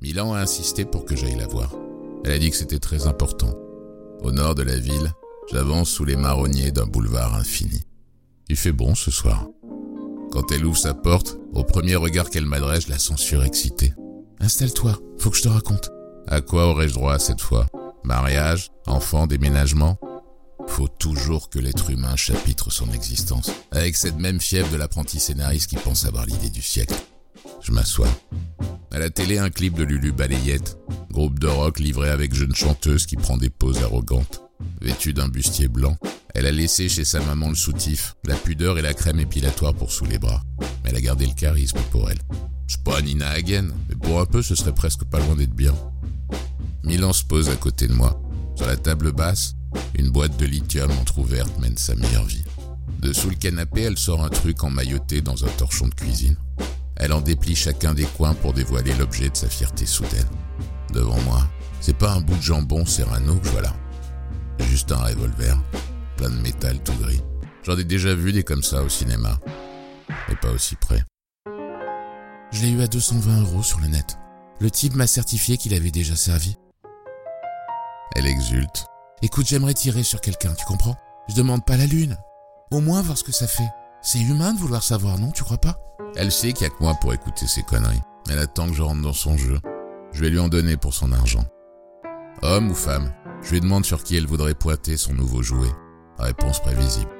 Milan a insisté pour que j'aille la voir. Elle a dit que c'était très important. Au nord de la ville, j'avance sous les marronniers d'un boulevard infini. Il fait bon ce soir. Quand elle ouvre sa porte, au premier regard qu'elle m'adresse, je la sens surexcitée. Installe-toi, faut que je te raconte. À quoi aurais-je droit cette fois Mariage, enfant, déménagement Faut toujours que l'être humain chapitre son existence, avec cette même fièvre de l'apprenti scénariste qui pense avoir l'idée du siècle. Je m'assois. À la télé, un clip de Lulu Balayette, groupe de rock livré avec jeune chanteuse qui prend des poses arrogantes. Vêtue d'un bustier blanc, elle a laissé chez sa maman le soutif, la pudeur et la crème épilatoire pour sous les bras. Mais elle a gardé le charisme pour elle. C'est pas Nina Hagen, mais pour un peu, ce serait presque pas loin d'être bien. Milan se pose à côté de moi. Sur la table basse, une boîte de lithium entr'ouverte mène sa meilleure vie. Dessous le canapé, elle sort un truc emmailloté dans un torchon de cuisine. Elle en déplie chacun des coins pour dévoiler l'objet de sa fierté soudaine. Devant moi, c'est pas un bout de jambon serrano que je vois là. Juste un revolver, plein de métal tout gris. J'en ai déjà vu des comme ça au cinéma. Mais pas aussi près. Je l'ai eu à 220 euros sur le net. Le type m'a certifié qu'il avait déjà servi. Elle exulte. Écoute, j'aimerais tirer sur quelqu'un, tu comprends Je demande pas la lune. Au moins voir ce que ça fait. C'est humain de vouloir savoir, non Tu crois pas Elle sait qu'il y a que moi pour écouter ses conneries. Elle attend que je rentre dans son jeu. Je vais lui en donner pour son argent. Homme ou femme Je lui demande sur qui elle voudrait pointer son nouveau jouet. Réponse prévisible.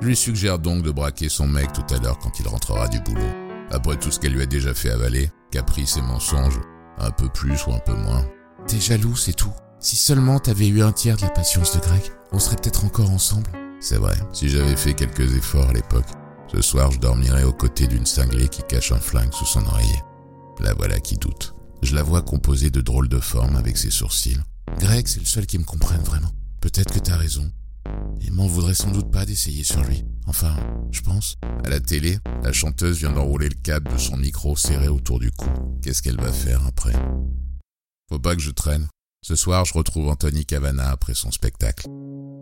Je lui suggère donc de braquer son mec tout à l'heure quand il rentrera du boulot. Après tout ce qu'elle lui a déjà fait avaler, caprice et mensonges, un peu plus ou un peu moins. T'es jaloux, c'est tout. Si seulement t'avais eu un tiers de la patience de Greg, on serait peut-être encore ensemble. C'est vrai, si j'avais fait quelques efforts à l'époque, ce soir je dormirais aux côtés d'une cinglée qui cache un flingue sous son oreiller. La voilà qui doute. Je la vois composée de drôles de formes avec ses sourcils. Greg, c'est le seul qui me comprenne vraiment. Peut-être que t'as raison. Il m'en voudrait sans doute pas d'essayer sur lui. Enfin, je pense. À la télé, la chanteuse vient d'enrouler le câble de son micro serré autour du cou. Qu'est-ce qu'elle va faire après Faut pas que je traîne. Ce soir, je retrouve Anthony Cavana après son spectacle.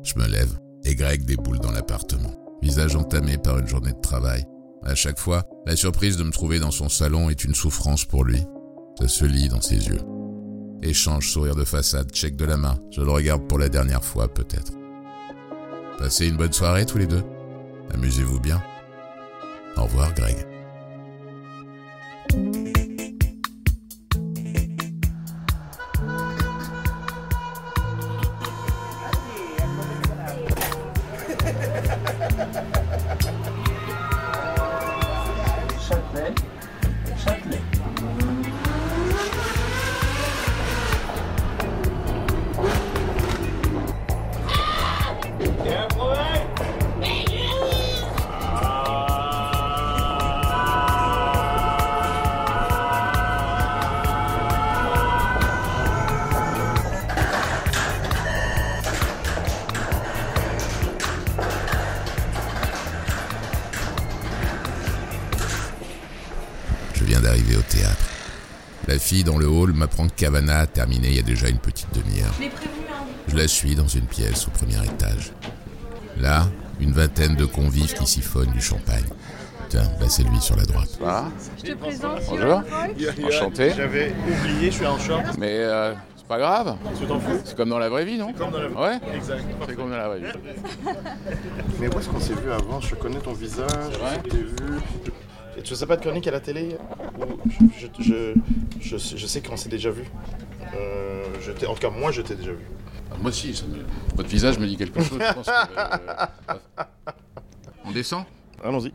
Je me lève et Greg déboule dans l'appartement, visage entamé par une journée de travail. À chaque fois, la surprise de me trouver dans son salon est une souffrance pour lui. Ça se lit dans ses yeux. Échange, sourire de façade, check de la main. Je le regarde pour la dernière fois peut-être. Passez une bonne soirée tous les deux. Amusez-vous bien. Au revoir Greg. Châtelet. Châtelet. Et un problème Je viens d'arriver au théâtre. La fille dans le hall m'apprend que Cavana a terminé il y a déjà une petite demi-heure. Je l'ai prévenu, hein. Je la suis dans une pièce au premier étage. Là, une vingtaine de convives qui siphonnent du champagne. Tiens, là c'est lui sur la droite. Ah, Je te présente Bonjour. Johan Folk. enchanté. J'avais oublié, je suis en short. Mais euh, c'est pas grave. Tu t'en fous C'est comme dans la vraie vie, non Comme dans la vraie Ouais, Exact. c'est comme dans la vraie vie. Mais où est-ce qu'on s'est vu avant Je connais ton visage, vrai je t'ai vu. Et tu faisais pas de chronique à la télé Ou- je, je, je, je sais- je sais qu'on s'est déjà vu. Euh, je t'ai- en tout cas, moi, je t'ai déjà vu. Ah, moi aussi, ça me- votre visage me dit quelque chose. je pense que, euh, On descend Allons-y.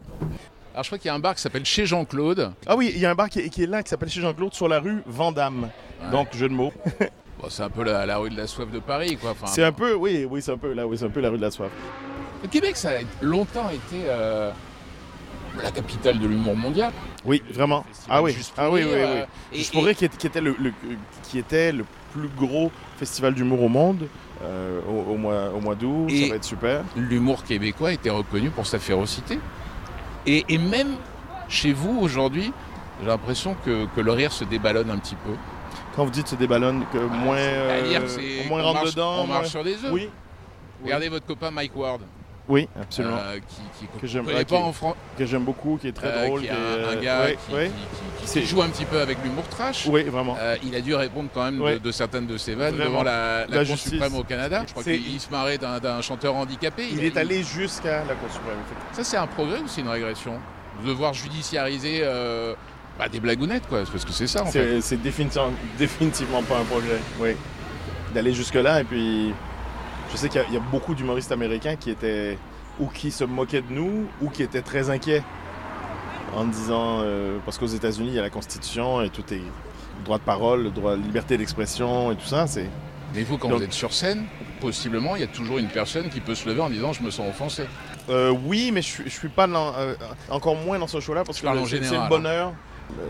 Alors je crois qu'il y a un bar qui s'appelle Chez Jean-Claude. Ah oui, il y a un bar qui est, qui est là, qui s'appelle chez Jean-Claude, sur la rue Vandamme. Donc, jeu de mots. Bon, c'est un peu la, la rue de la soif de Paris, quoi. Enfin, C'est un peu, oui, oui, c'est un peu là, oui, c'est un peu la rue de la soif. Le Québec, ça a longtemps été euh, la capitale de l'humour mondial. Oui, vraiment. Ah oui, Juste pour ah oui, rire, oui, oui. euh, et- Je pourrais qui, est- qui était le, le- qui était le plus gros festival d'humour au monde euh, au, au mois, au mois d'août. Et- Ça va être super. l'humour québécois était reconnu pour sa férocité. Et, et même chez vous aujourd'hui, j'ai l'impression que, que le rire se déballonne un petit peu. Quand vous dites se déballonne, que moins, C'est-à-dire, euh, Ah, c'est- moins on rentre marche- dedans. On moins- marche sur des œufs. Oui, Regardez votre copain Mike Ward. Oui, absolument. euh, qui, qui- Que qu'on j'aime- connaît ah, pas qui- en France, que j'aime beaucoup, qui est très euh, drôle. qui est est, un, un euh, gars ouais, qui, ouais. qui- qui- qui C'est- joue un petit peu avec l'humour trash. Oui, vraiment. Euh, il a dû répondre quand même de- Ouais. de, certaines de ses vannes Vraiment. devant la, la La Cour justice. suprême au Canada. Je crois C'est- qu'il il se marrait d'un d'un chanteur handicapé. il est allé jusqu'à la Cour suprême. effectivement. Ça, c'est un progrès ou c'est une régression De Devoir judiciariser euh, bah, des blagounettes, quoi. Parce que c'est ça, en C'est- fait. C'est définitivement, définitivement pas un projet. Oui. D'aller jusque-là, et puis je sais qu'il y a- il y, a beaucoup d'humoristes américains qui étaient ou qui se moquaient de nous ou qui étaient très inquiets en disant euh, parce qu'aux États-Unis il y a la Constitution et tout est droit de parole, le droit, liberté d'expression et tout ça. C'est Mais vous, quand Donc- vous êtes sur scène, possiblement, il y a toujours une personne qui peut se lever en disant Je me sens offensé. Euh, oui, mais je, suis- je suis pas dans- euh, encore moins dans ce show-là parce Je que parle le- en c'est c'est général, le hein. bonheur.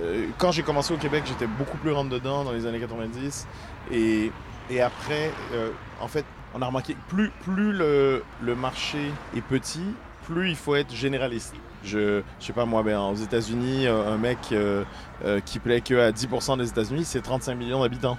Euh, quand j'ai commencé au Québec, j'étais beaucoup plus rentre dedans dans les années 90 et, et après, euh, en fait, on a remarqué que plus plus le, le marché est petit, plus il faut être généraliste. Je, je sais pas moi, ben, aux États-Unis, euh, un mec euh, euh, qui plaît que à 10% des États-Unis, c'est 35 millions d'habitants.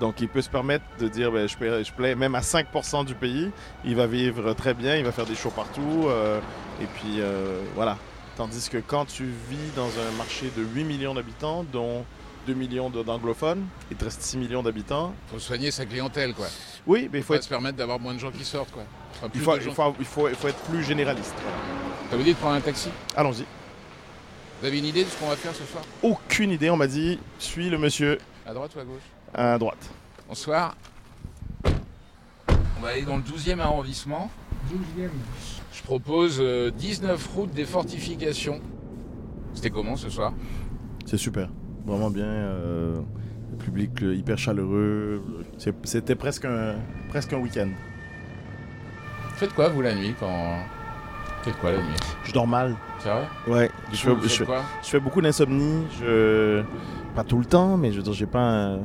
Donc il peut se permettre de dire ben, je, plais, je plais même à 5% du pays, il va vivre très bien, il va faire des shows partout, euh, et puis euh, voilà. Tandis que quand tu vis dans un marché de 8 millions d'habitants, dont 2 millions de- d'anglophones, il te reste 6 millions d'habitants, faut soigner sa clientèle, quoi. oui, mais il faut Faut être... se permettre d'avoir moins de gens qui sortent, quoi. Enfin, Il plus faut, de gens- il faut- il faut- il faut être plus généraliste. voilà. Ça vous dit de prendre un taxi Allons-y. Vous avez une idée de ce qu'on va faire ce soir Aucune idée, on m'a dit, suis le monsieur À droite ou à gauche à droite. Bonsoir. On va aller dans le 12e arrondissement. 12e. Je propose euh, 19 routes des fortifications. C'était comment ce soir C'est super, vraiment bien. euh, le public euh, hyper chaleureux. C'est- C'était presque un, presque un week-end. Faites quoi vous la nuit quand. Faites quoi la nuit Je dors mal. C'est vrai Ouais, Du je coup, fais, vous je faites fais- quoi je fais beaucoup d'insomnie. Je... Pas tout le temps, mais je veux dire, j'ai pas un-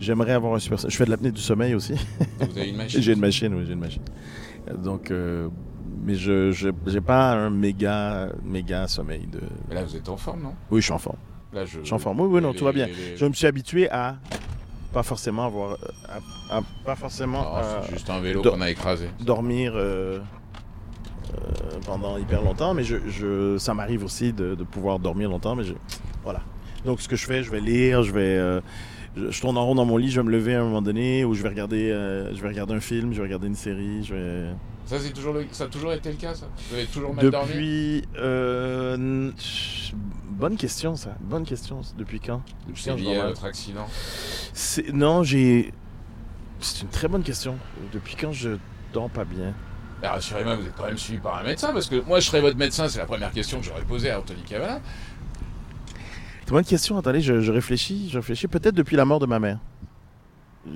J'aimerais avoir un super. Je fais de l'apnée du sommeil aussi. Vous avez une machine j'ai une machine, oui, j'ai une machine. Euh, Donc, euh, mais je je- j'ai pas un méga méga sommeil de. Mais Là vous êtes en forme non Oui, je suis en forme. Là je. Je suis en forme. Oui, oui, non, Les- tout va bien. les- Je me suis habitué à pas forcément avoir, à, à- pas forcément Non, euh, Oh, c'est juste un vélo de- qu'on a écrasé. dormir euh, euh, pendant hyper longtemps, mais je, je- ça m'arrive aussi de, de pouvoir dormir longtemps, mais je- voilà. Donc ce que je fais, je vais lire, je vais, euh, je, je tourne en rond dans mon lit, je vais me lever à un moment donné, ou je vais regarder, euh, je vais regarder un film, je vais regarder une série, je vais. Ça c'est toujours le- ça a toujours été le cas ça Vous avez toujours mal dormi Depuis, euh, n- bonne question ça, bonne question. Depuis quand Depuis quand je dors lié à mal euh, votre accident. C'est- Non, j'ai. C'est une très bonne question. Depuis quand je dors pas bien Ben, Rassurez-moi, vous êtes quand même suivi par un médecin, parce que moi je serais votre médecin, c'est la première question que j'aurais posée à Anthony Cavana. C'est une bonne question. Attendez, je, je réfléchis. Je réfléchis peut-être depuis la mort de ma mère.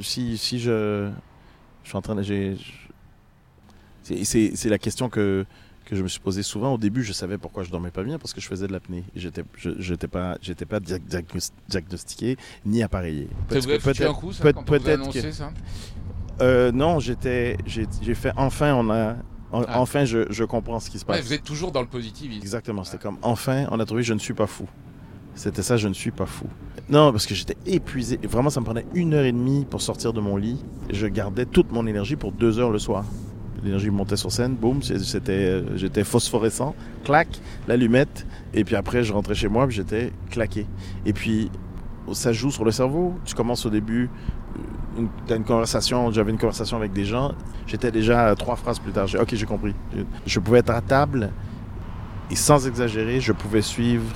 Si, si je. Je suis en train de. j'ai- je- C'est- C'est c'est la question que, que je me suis posée souvent. Au début, je savais pourquoi je dormais pas bien, parce que je faisais de l'apnée. Et J'étais je- j'étais pas, j'étais pas dia- diagnos- diagnostiqué ni appareillé. Ça Parce vous que a foutu peut-être- un coup, ça, peut- quand on vous a peut-être annoncé que- ça Euh, non, j'étais. J'ai j'ai fait. Enfin, on a. en- Ah. Enfin, je, je comprends ce qui se passe. Ouais, Vous êtes toujours dans le positivisme. Exactement, c'était comme enfin on a trouvé je ne suis pas fou. C'était ça, je ne suis pas fou. Non, parce que j'étais épuisé. Et Vraiment, ça me prenait une heure et demie pour sortir de mon lit. Je gardais toute mon énergie pour deux heures le soir. L'énergie montait sur scène, boum, c'est- c'était, euh, j'étais phosphorescent, clac, l'allumette. Et puis après, je rentrais chez moi, puis j'étais claqué. Et puis, ça joue sur le cerveau. Tu commences au début, euh, une- t'as une conversation, j'avais une conversation avec des gens. J'étais déjà euh, trois phrases plus tard. J'ai, ok, j'ai compris. Je- je pouvais être à table et sans exagérer, je pouvais suivre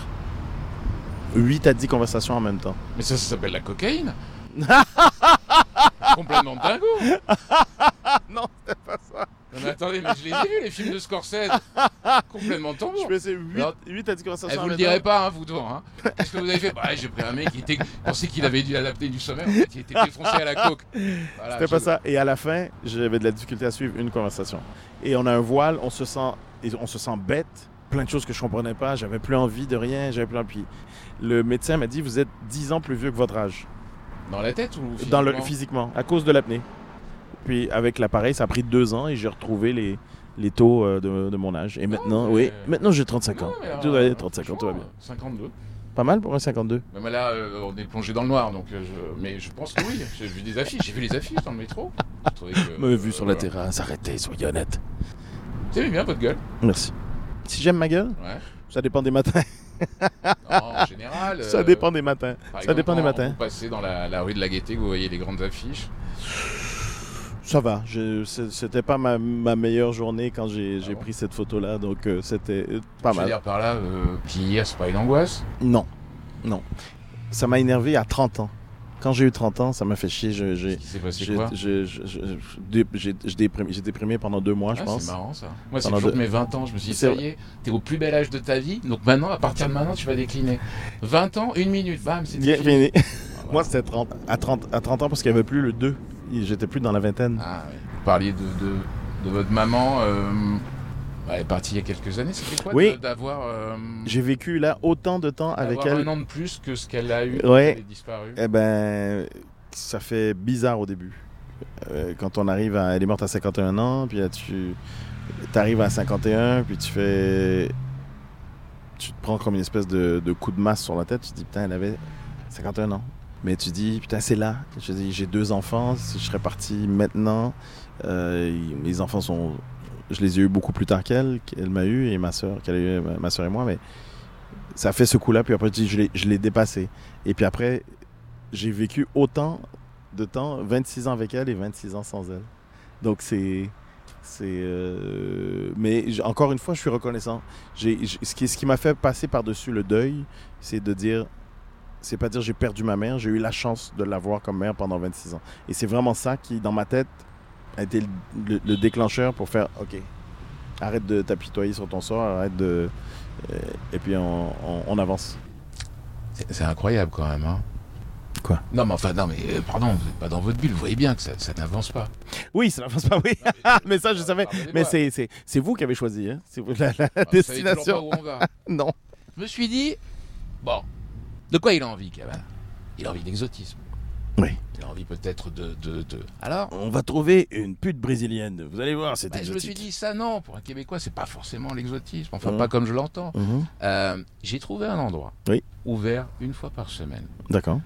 8 à 10 conversations en même temps. Mais ça, ça s'appelle la cocaïne Complètement dingo Non, c'est pas ça Non mais attendez, mais je les ai vus les films de Scorsese Complètement tambour faisais Alors, 8 à 10 Eh, conversations vous le direz pas, hein, vous devant. Hein. Qu'est-ce que vous avez fait Bah, J'ai pris un mec qui était. Je pensais qu'il avait dû adapter du sommeil, en fait, il était défoncé à la coke. Voilà, C'était pas je- ça. Et à la fin, j'avais de la difficulté à suivre une conversation. Et on a un voile, on se sent, et on se sent bête. Plein de choses que je comprenais pas. J'avais plus envie de rien. J'avais plus envie. Le médecin m'a dit, vous êtes 10 ans plus vieux que votre âge. Dans la tête ou Dans le, physiquement physiquement, à cause de l'apnée. Puis avec l'appareil, ça a pris deux ans et j'ai retrouvé les, les taux euh, de, de mon âge. Et maintenant, Ah, mais- oui, maintenant j'ai 35 ans. Non, mais euh, alors, Tout va bien, 35 ans, tout va bien. franchement, 52. Pas mal pour un 52. Non, Mais là, euh, on est plongé dans le noir, donc euh, je... mais je pense que oui. J'ai vu des affiches, j'ai vu les affiches dans le métro. Je trouvais que- M'avez vu sur la voilà. terrasse, arrêtez, soyez honnête. Vous aimez bien votre gueule Merci. Si j'aime ma gueule, Ouais. ça dépend des matins. Non, en général. euh, Ça dépend des matins. Ça par exemple, dépend des quand matins. Vous passez dans la, la rue de la Gaîté, que vous voyez les grandes affiches. Ça va. je- c'est- C'était pas ma, ma meilleure journée quand j'ai j'ai bon pris cette photo-là, donc euh, c'était euh, pas je veux mal. dire par là, euh, qu'il y a, c'est pas une angoisse. Non, non. Ça m'a énervé à 30 ans. Quand j'ai eu 30 ans, ça m'a fait chier. je- Ce J'ai qui s'est passé j'ai- quoi je- je- je- je dé- j'ai- j'ai déprimé, j'ai déprimé pendant deux mois, je Ah, pense. C'est marrant ça. Moi, c'est Pendant le jour deux- de mes 20 ans. Je me suis dit, C'est ça y est, t'es au plus bel âge de ta vie. Donc maintenant, à partir de maintenant, tu vas décliner. 20 ans, une minute, bam, c'est Bien fini. fini. Moi, c'était 30 à, 30 à 30 ans parce qu'il n'y avait plus le 2. J'étais plus dans la vingtaine. Ah, oui. Vous parliez de, de, de votre maman. euh, elle est partie il y a quelques années. C'était quoi Oui. de- d'avoir euh, J'ai vécu là autant de temps avec d'avoir elle. un an de plus que ce qu'elle a eu quand Ouais. elle est disparue Eh ben, ça fait bizarre au début. Euh, quand on arrive à. Elle est morte à 51 ans, puis là, tu. T'arrives à 51, puis tu fais. Tu te prends comme une espèce de, de coup de masse sur la tête. Tu te dis, putain, elle avait 51 ans. Mais tu dis, putain, c'est là. Je dis, j'ai deux enfants. Si je serais parti maintenant, euh, ils- mes enfants sont. Je les ai eus beaucoup plus tard qu'elle, qu'elle m'a eu, et ma soeur, qu'elle a eu, ma- ma soeur et moi, mais ça fait ce coup-là, puis après, tu dis, je l'ai- je l'ai dépassé. Et puis après, j'ai vécu autant de temps, 26 ans avec elle et 26 ans sans elle. Donc c'est. c'est euh, Mais j- encore une fois, je suis reconnaissant. J'ai- j- ce qui, ce qui m'a fait passer par-dessus le deuil, c'est de dire. C'est pas dire j'ai perdu ma mère, j'ai eu la chance de l'avoir comme mère pendant 26 ans. Et c'est vraiment ça qui, dans ma tête, a été le, le- le déclencheur pour faire OK, arrête de t'apitoyer sur ton sort, arrête de. euh, Et puis on- on- on avance. C'est- C'est incroyable quand même. Hein. Quoi Non, mais enfin, non, mais euh, pardon, vous n'êtes pas dans votre bulle. Vous voyez bien que ça, ça n'avance pas. Oui, ça n'avance pas, oui. Ah, mais ça, je savais. Mais c'est- c'est c'est vous qui avez choisi, hein. C'est vous- la, la Destination. destination. Non. Je me suis dit, bon, de quoi il a envie, Cabana Il a envie d'exotisme. Oui. Il a envie peut-être de, de, de- Alors On va trouver une pute brésilienne. Vous allez voir, c'est bah, je me suis dit, ça non, pour un Québécois, c'est pas forcément l'exotisme. Enfin, Mhm. pas comme je l'entends. Mhm. Euh, J'ai trouvé un endroit Oui. ouvert une fois par semaine D'accord.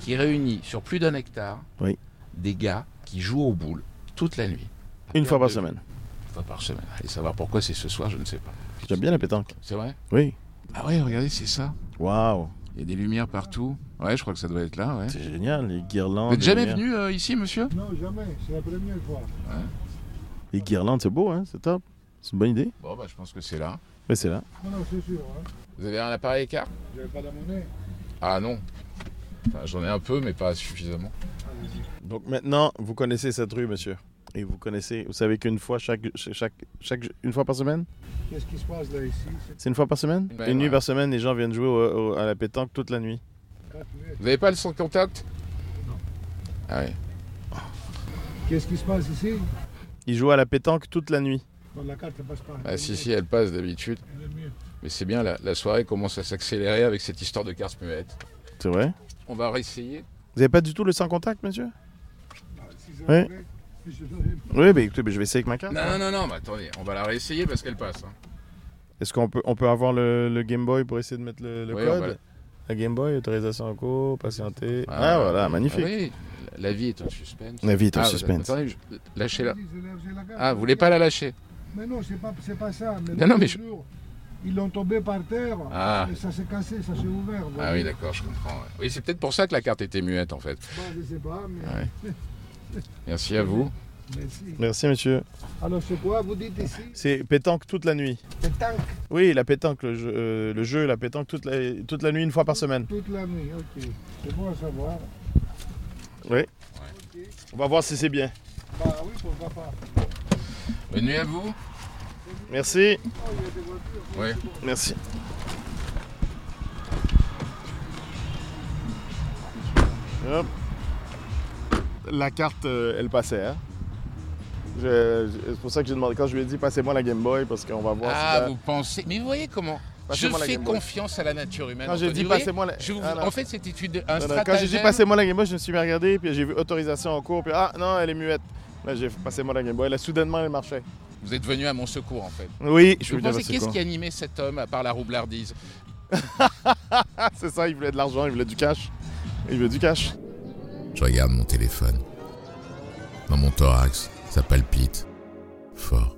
qui réunit sur plus d'un hectare Oui. des gars qui jouent aux boules toute la nuit. Une fois par De- semaine. Une fois par semaine. Allez savoir pourquoi c'est ce soir, je ne sais pas. J'aime bien la pétanque. C'est vrai Oui. Ah ouais, regardez, c'est ça. Waouh. Il y a des lumières partout. Ouais, je crois que ça doit être là, ouais. C'est génial, les guirlandes. Vous n'êtes les jamais lumières. venu euh, ici, monsieur Non, jamais, c'est la première fois. Les guirlandes, c'est beau, hein. C'est top. C'est une bonne idée. Bon, bah, je pense que c'est là. Mais c'est là. Non, non, c'est sûr. Hein. Vous avez un appareil écart J'avais pas la monnaie. Ah non. Enfin, J'en ai un peu, mais pas suffisamment. Donc maintenant, vous connaissez cette rue, monsieur. Et vous connaissez, vous savez qu'une fois chaque, chaque, chaque, une fois par semaine Qu'est-ce qui se passe là ici C'est C'est une fois par semaine Ouais, Une nuit Bah, ouais. par semaine, les gens viennent jouer au- au- à la pétanque toute la nuit. 4 mètres. Vous n'avez pas le son de contact Non. Ah ouais. Qu'est-ce qui se passe ici Ils jouent à la pétanque toute la nuit. Non, la carte ne passe pas. Ah si, si, elle passe d'habitude. Elle est mieux. Mais c'est bien, la, la soirée commence à s'accélérer avec cette histoire de carte muette. C'est vrai On va réessayer. Vous n'avez pas du tout le sans contact, monsieur Ah, si ça Ouais. arrivait, je l'aurais- Oui, bah écoutez, bah, je vais essayer avec ma carte. Non, non, non, non, mais attendez, on va la réessayer parce qu'elle passe. hein. Est-ce qu'on peut, on peut avoir le, le Game Boy pour essayer de mettre le, le Oui, on va code le- La Game Boy, autorisation en cours, patienter. Ah, Ah, voilà, magnifique. Ah oui, la- la vie est un suspense. La vie est un Ah, suspense. Attendez, je- lâchez-la. Ils disent, j'ai la carte. Ah, vous voulez pas la lâcher Mais non, c'est pas, c'est pas ça. Mais Non, non, mais l'autre jour, Ils l'ont tombé par terre. Ah. Et ça s'est cassé, ça s'est ouvert. Ah oui, Bon, d'accord, je comprends. ouais. Oui, c'est peut-être pour ça que la carte était muette, en fait. Je sais pas, mais Ouais. Merci à vous. merci. Merci, monsieur. Alors, c'est quoi Vous dites ici C'est pétanque toute la nuit. C'est tank Oui, la pétanque, le jeu, euh, le jeu, la pétanque toute la, toute la nuit, une fois par semaine. toute la nuit. Ok. C'est bon à savoir. On va voir si c'est bien. Bah oui, pourquoi pas. Bonne nuit à vous. Merci. Oh, il y a des voitures. Ouais. Merci. Hop. La carte, euh, elle passait. hein. Je- je- c'est pour ça que j'ai demandé quand je lui ai dit passez-moi la Game Boy parce qu'on va voir. si Ah, ça- vous pensez. Mais vous voyez comment Je Passez-moi la fais Game Boy. confiance à la nature humaine. Quand j'ai Anthony. dit Vous voyez passez-moi la. Je vous- Ah, non. En fait, c'est étude. Non, Un non, Quand stratagème. j'ai dit passez-moi la Game Boy, je me suis bien regardé puis j'ai vu autorisation en cours puis ah non elle est muette. Là j'ai fait, passez-moi la Game Boy. Là soudainement elle marchait. Vous êtes venu à mon secours, en fait. Oui, Je vous pensais, qu'est-ce qui animait cet homme à part la roublardise Ah, c'est ça, il voulait de l'argent, il voulait du cash. Il veut du cash. Je regarde mon téléphone. Dans mon thorax, ça palpite. Fort.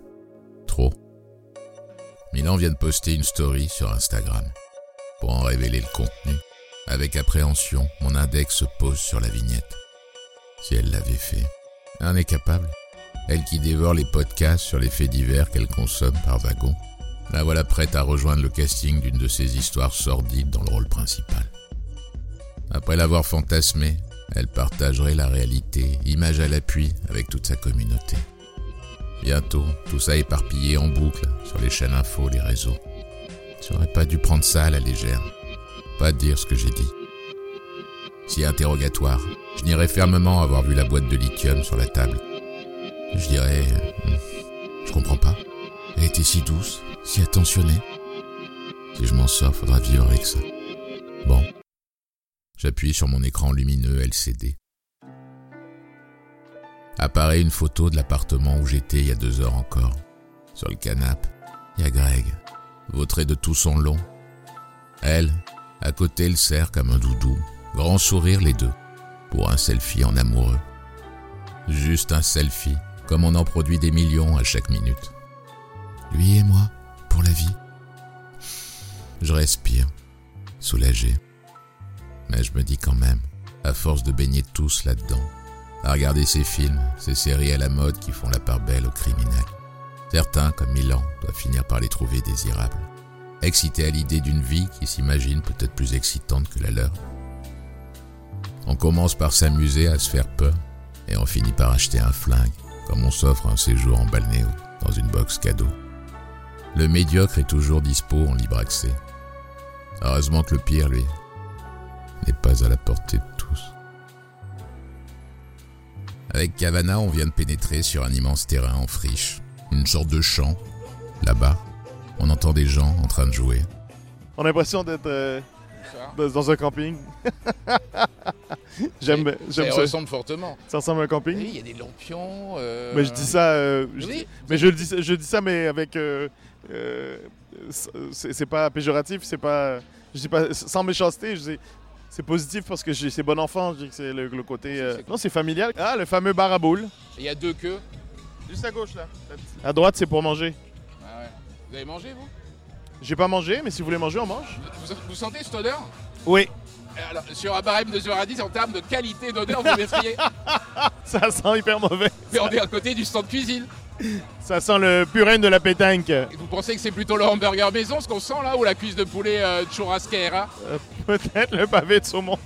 Trop. Milan vient de poster une story sur Instagram. Pour en révéler le contenu, avec appréhension, mon index se pose sur la vignette. Si elle l'avait fait, elle en est capable. Elle qui dévore les podcasts sur les faits divers qu'elle consomme par wagon, la voilà prête à rejoindre le casting d'une de ses histoires sordides dans le rôle principal. Après l'avoir fantasmé, elle partagerait la réalité, image à l'appui, avec toute sa communauté. Bientôt, tout ça éparpillé en boucle sur les chaînes info, les réseaux. J'aurais pas dû prendre ça à la légère. Pas dire ce que j'ai dit. Si interrogatoire, je nierais fermement avoir vu la boîte de lithium sur la table. Je dirais, euh, Hmm, je comprends pas. Elle était si douce, si attentionnée. Si je m'en sors, faudra vivre avec ça. Bon. J'appuie sur mon écran lumineux LCD. Apparaît une photo de l'appartement où j'étais il y a deux heures encore. Sur le canapé, il y a Greg, vautré de tout son long. Elle, à côté, le serre comme un doudou, grand sourire les deux, pour un selfie en amoureux. Juste un selfie, comme on en produit des millions à chaque minute. Lui et moi, pour la vie. Je respire, soulagé. Mais je me dis quand même, à force de baigner tous là-dedans, à regarder ces films, ces séries à la mode qui font la part belle aux criminels. Certains, comme Milan, doivent finir par les trouver désirables, excités à l'idée d'une vie qui s'imagine peut-être plus excitante que la leur. On commence par s'amuser à se faire peur, et on finit par acheter un flingue, comme on s'offre un séjour en balnéo, dans une box cadeau. Le médiocre est toujours dispo en libre accès. Heureusement que le pire, lui, n'est pas à la portée de tous. Avec Cavana, on vient de pénétrer sur un immense terrain en friche, une sorte de champ. Là-bas, on entend des gens en train de jouer. On a l'impression d'être euh, Ça, dans- dans un camping. j'aime ça y j'aime ça. ressemble fortement. Ça ressemble à un Oui, camping. il y a des lampions. euh, Mais je dis ça. euh, je- Oui, Mais je le dis, je dis ça, mais avec. euh, euh, c'est c'est pas péjoratif, c'est pas. Je dis pas sans méchanceté. Je dis c'est positif parce que j'ai- c'est bon enfant. Je dis que c'est le, le côté. euh, C'est- c'est- non, c'est familial. Ah, le fameux bar à boules. il y a deux queues. Juste à gauche là. À droite, c'est pour manger. Ah ouais. Vous avez mangé, vous J'ai pas mangé, mais si vous voulez manger, on mange. vous, vous sentez cette odeur Oui. Euh, Alors, sur un barème de 0 à 10, en termes de qualité d'odeur, vous m'effrayez. Ça sent hyper mauvais. Mais on est à côté du stand cuisine. Ça sent le purin de la pétanque. Euh, Et vous pensez que c'est plutôt le hamburger maison, ce qu'on sent là, ou la cuisse de poulet euh, churrascaera Peut-être le pavé de saumon.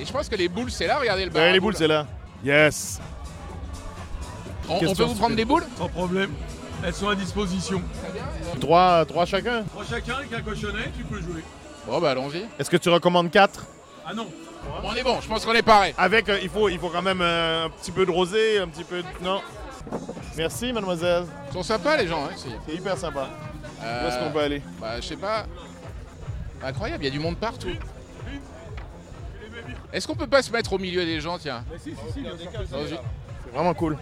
Et je pense que les boules, c'est là, regardez le bar. Ouais, à les boules, c'est là. Yes. On, on peut Question vous prendre des boules Sans problème, elles sont à disposition. Trois, trois chacun. Pour chacun avec un cochonnet, tu peux jouer. Bon, bah allons-y. Est-ce que tu recommandes quatre Ah non, On est bon, je pense qu'on est paré. Avec, euh, il, faut, il faut quand même euh, un petit peu de rosé, un petit peu de... Non. Merci, mademoiselle. Ils sont sympas, les gens. Hein, ici. C'est hyper sympa. Où Euh, est-ce qu'on peut aller Bah, je sais pas. Incroyable, il y a du monde partout. Est-ce qu'on peut pas se mettre au milieu des gens, tiens Vas-y. C'est vraiment cool.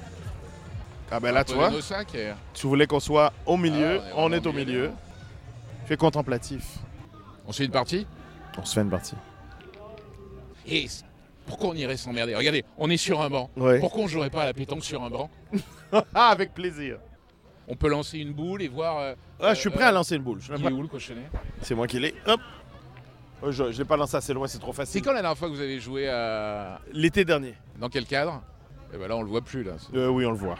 Ah ben là, tu Posez vois, nos sacs et- tu voulais qu'on soit au milieu. Ah, on on est est au vraiment au milieu. milieu. Fais contemplatif. On se fait une partie On se fait une partie. Et c- pourquoi on irait s'emmerder Regardez, on est sur un banc. Ouais. Pourquoi on jouerait pas à la pétanque sur un banc Ah, avec plaisir. On peut lancer une boule et voir. euh, Ah, je suis Euh, prêt euh, à lancer une boule. Je suis même il pas- est où le cochonnet C'est moi qui l'ai. Hop. Oh, je ne l'ai pas lancé assez loin, c'est trop C'est facile. quand la dernière fois que vous avez joué à. L'été dernier. Dans quel cadre Eh ben là, on le voit plus, là. Euh, oui, on le voit.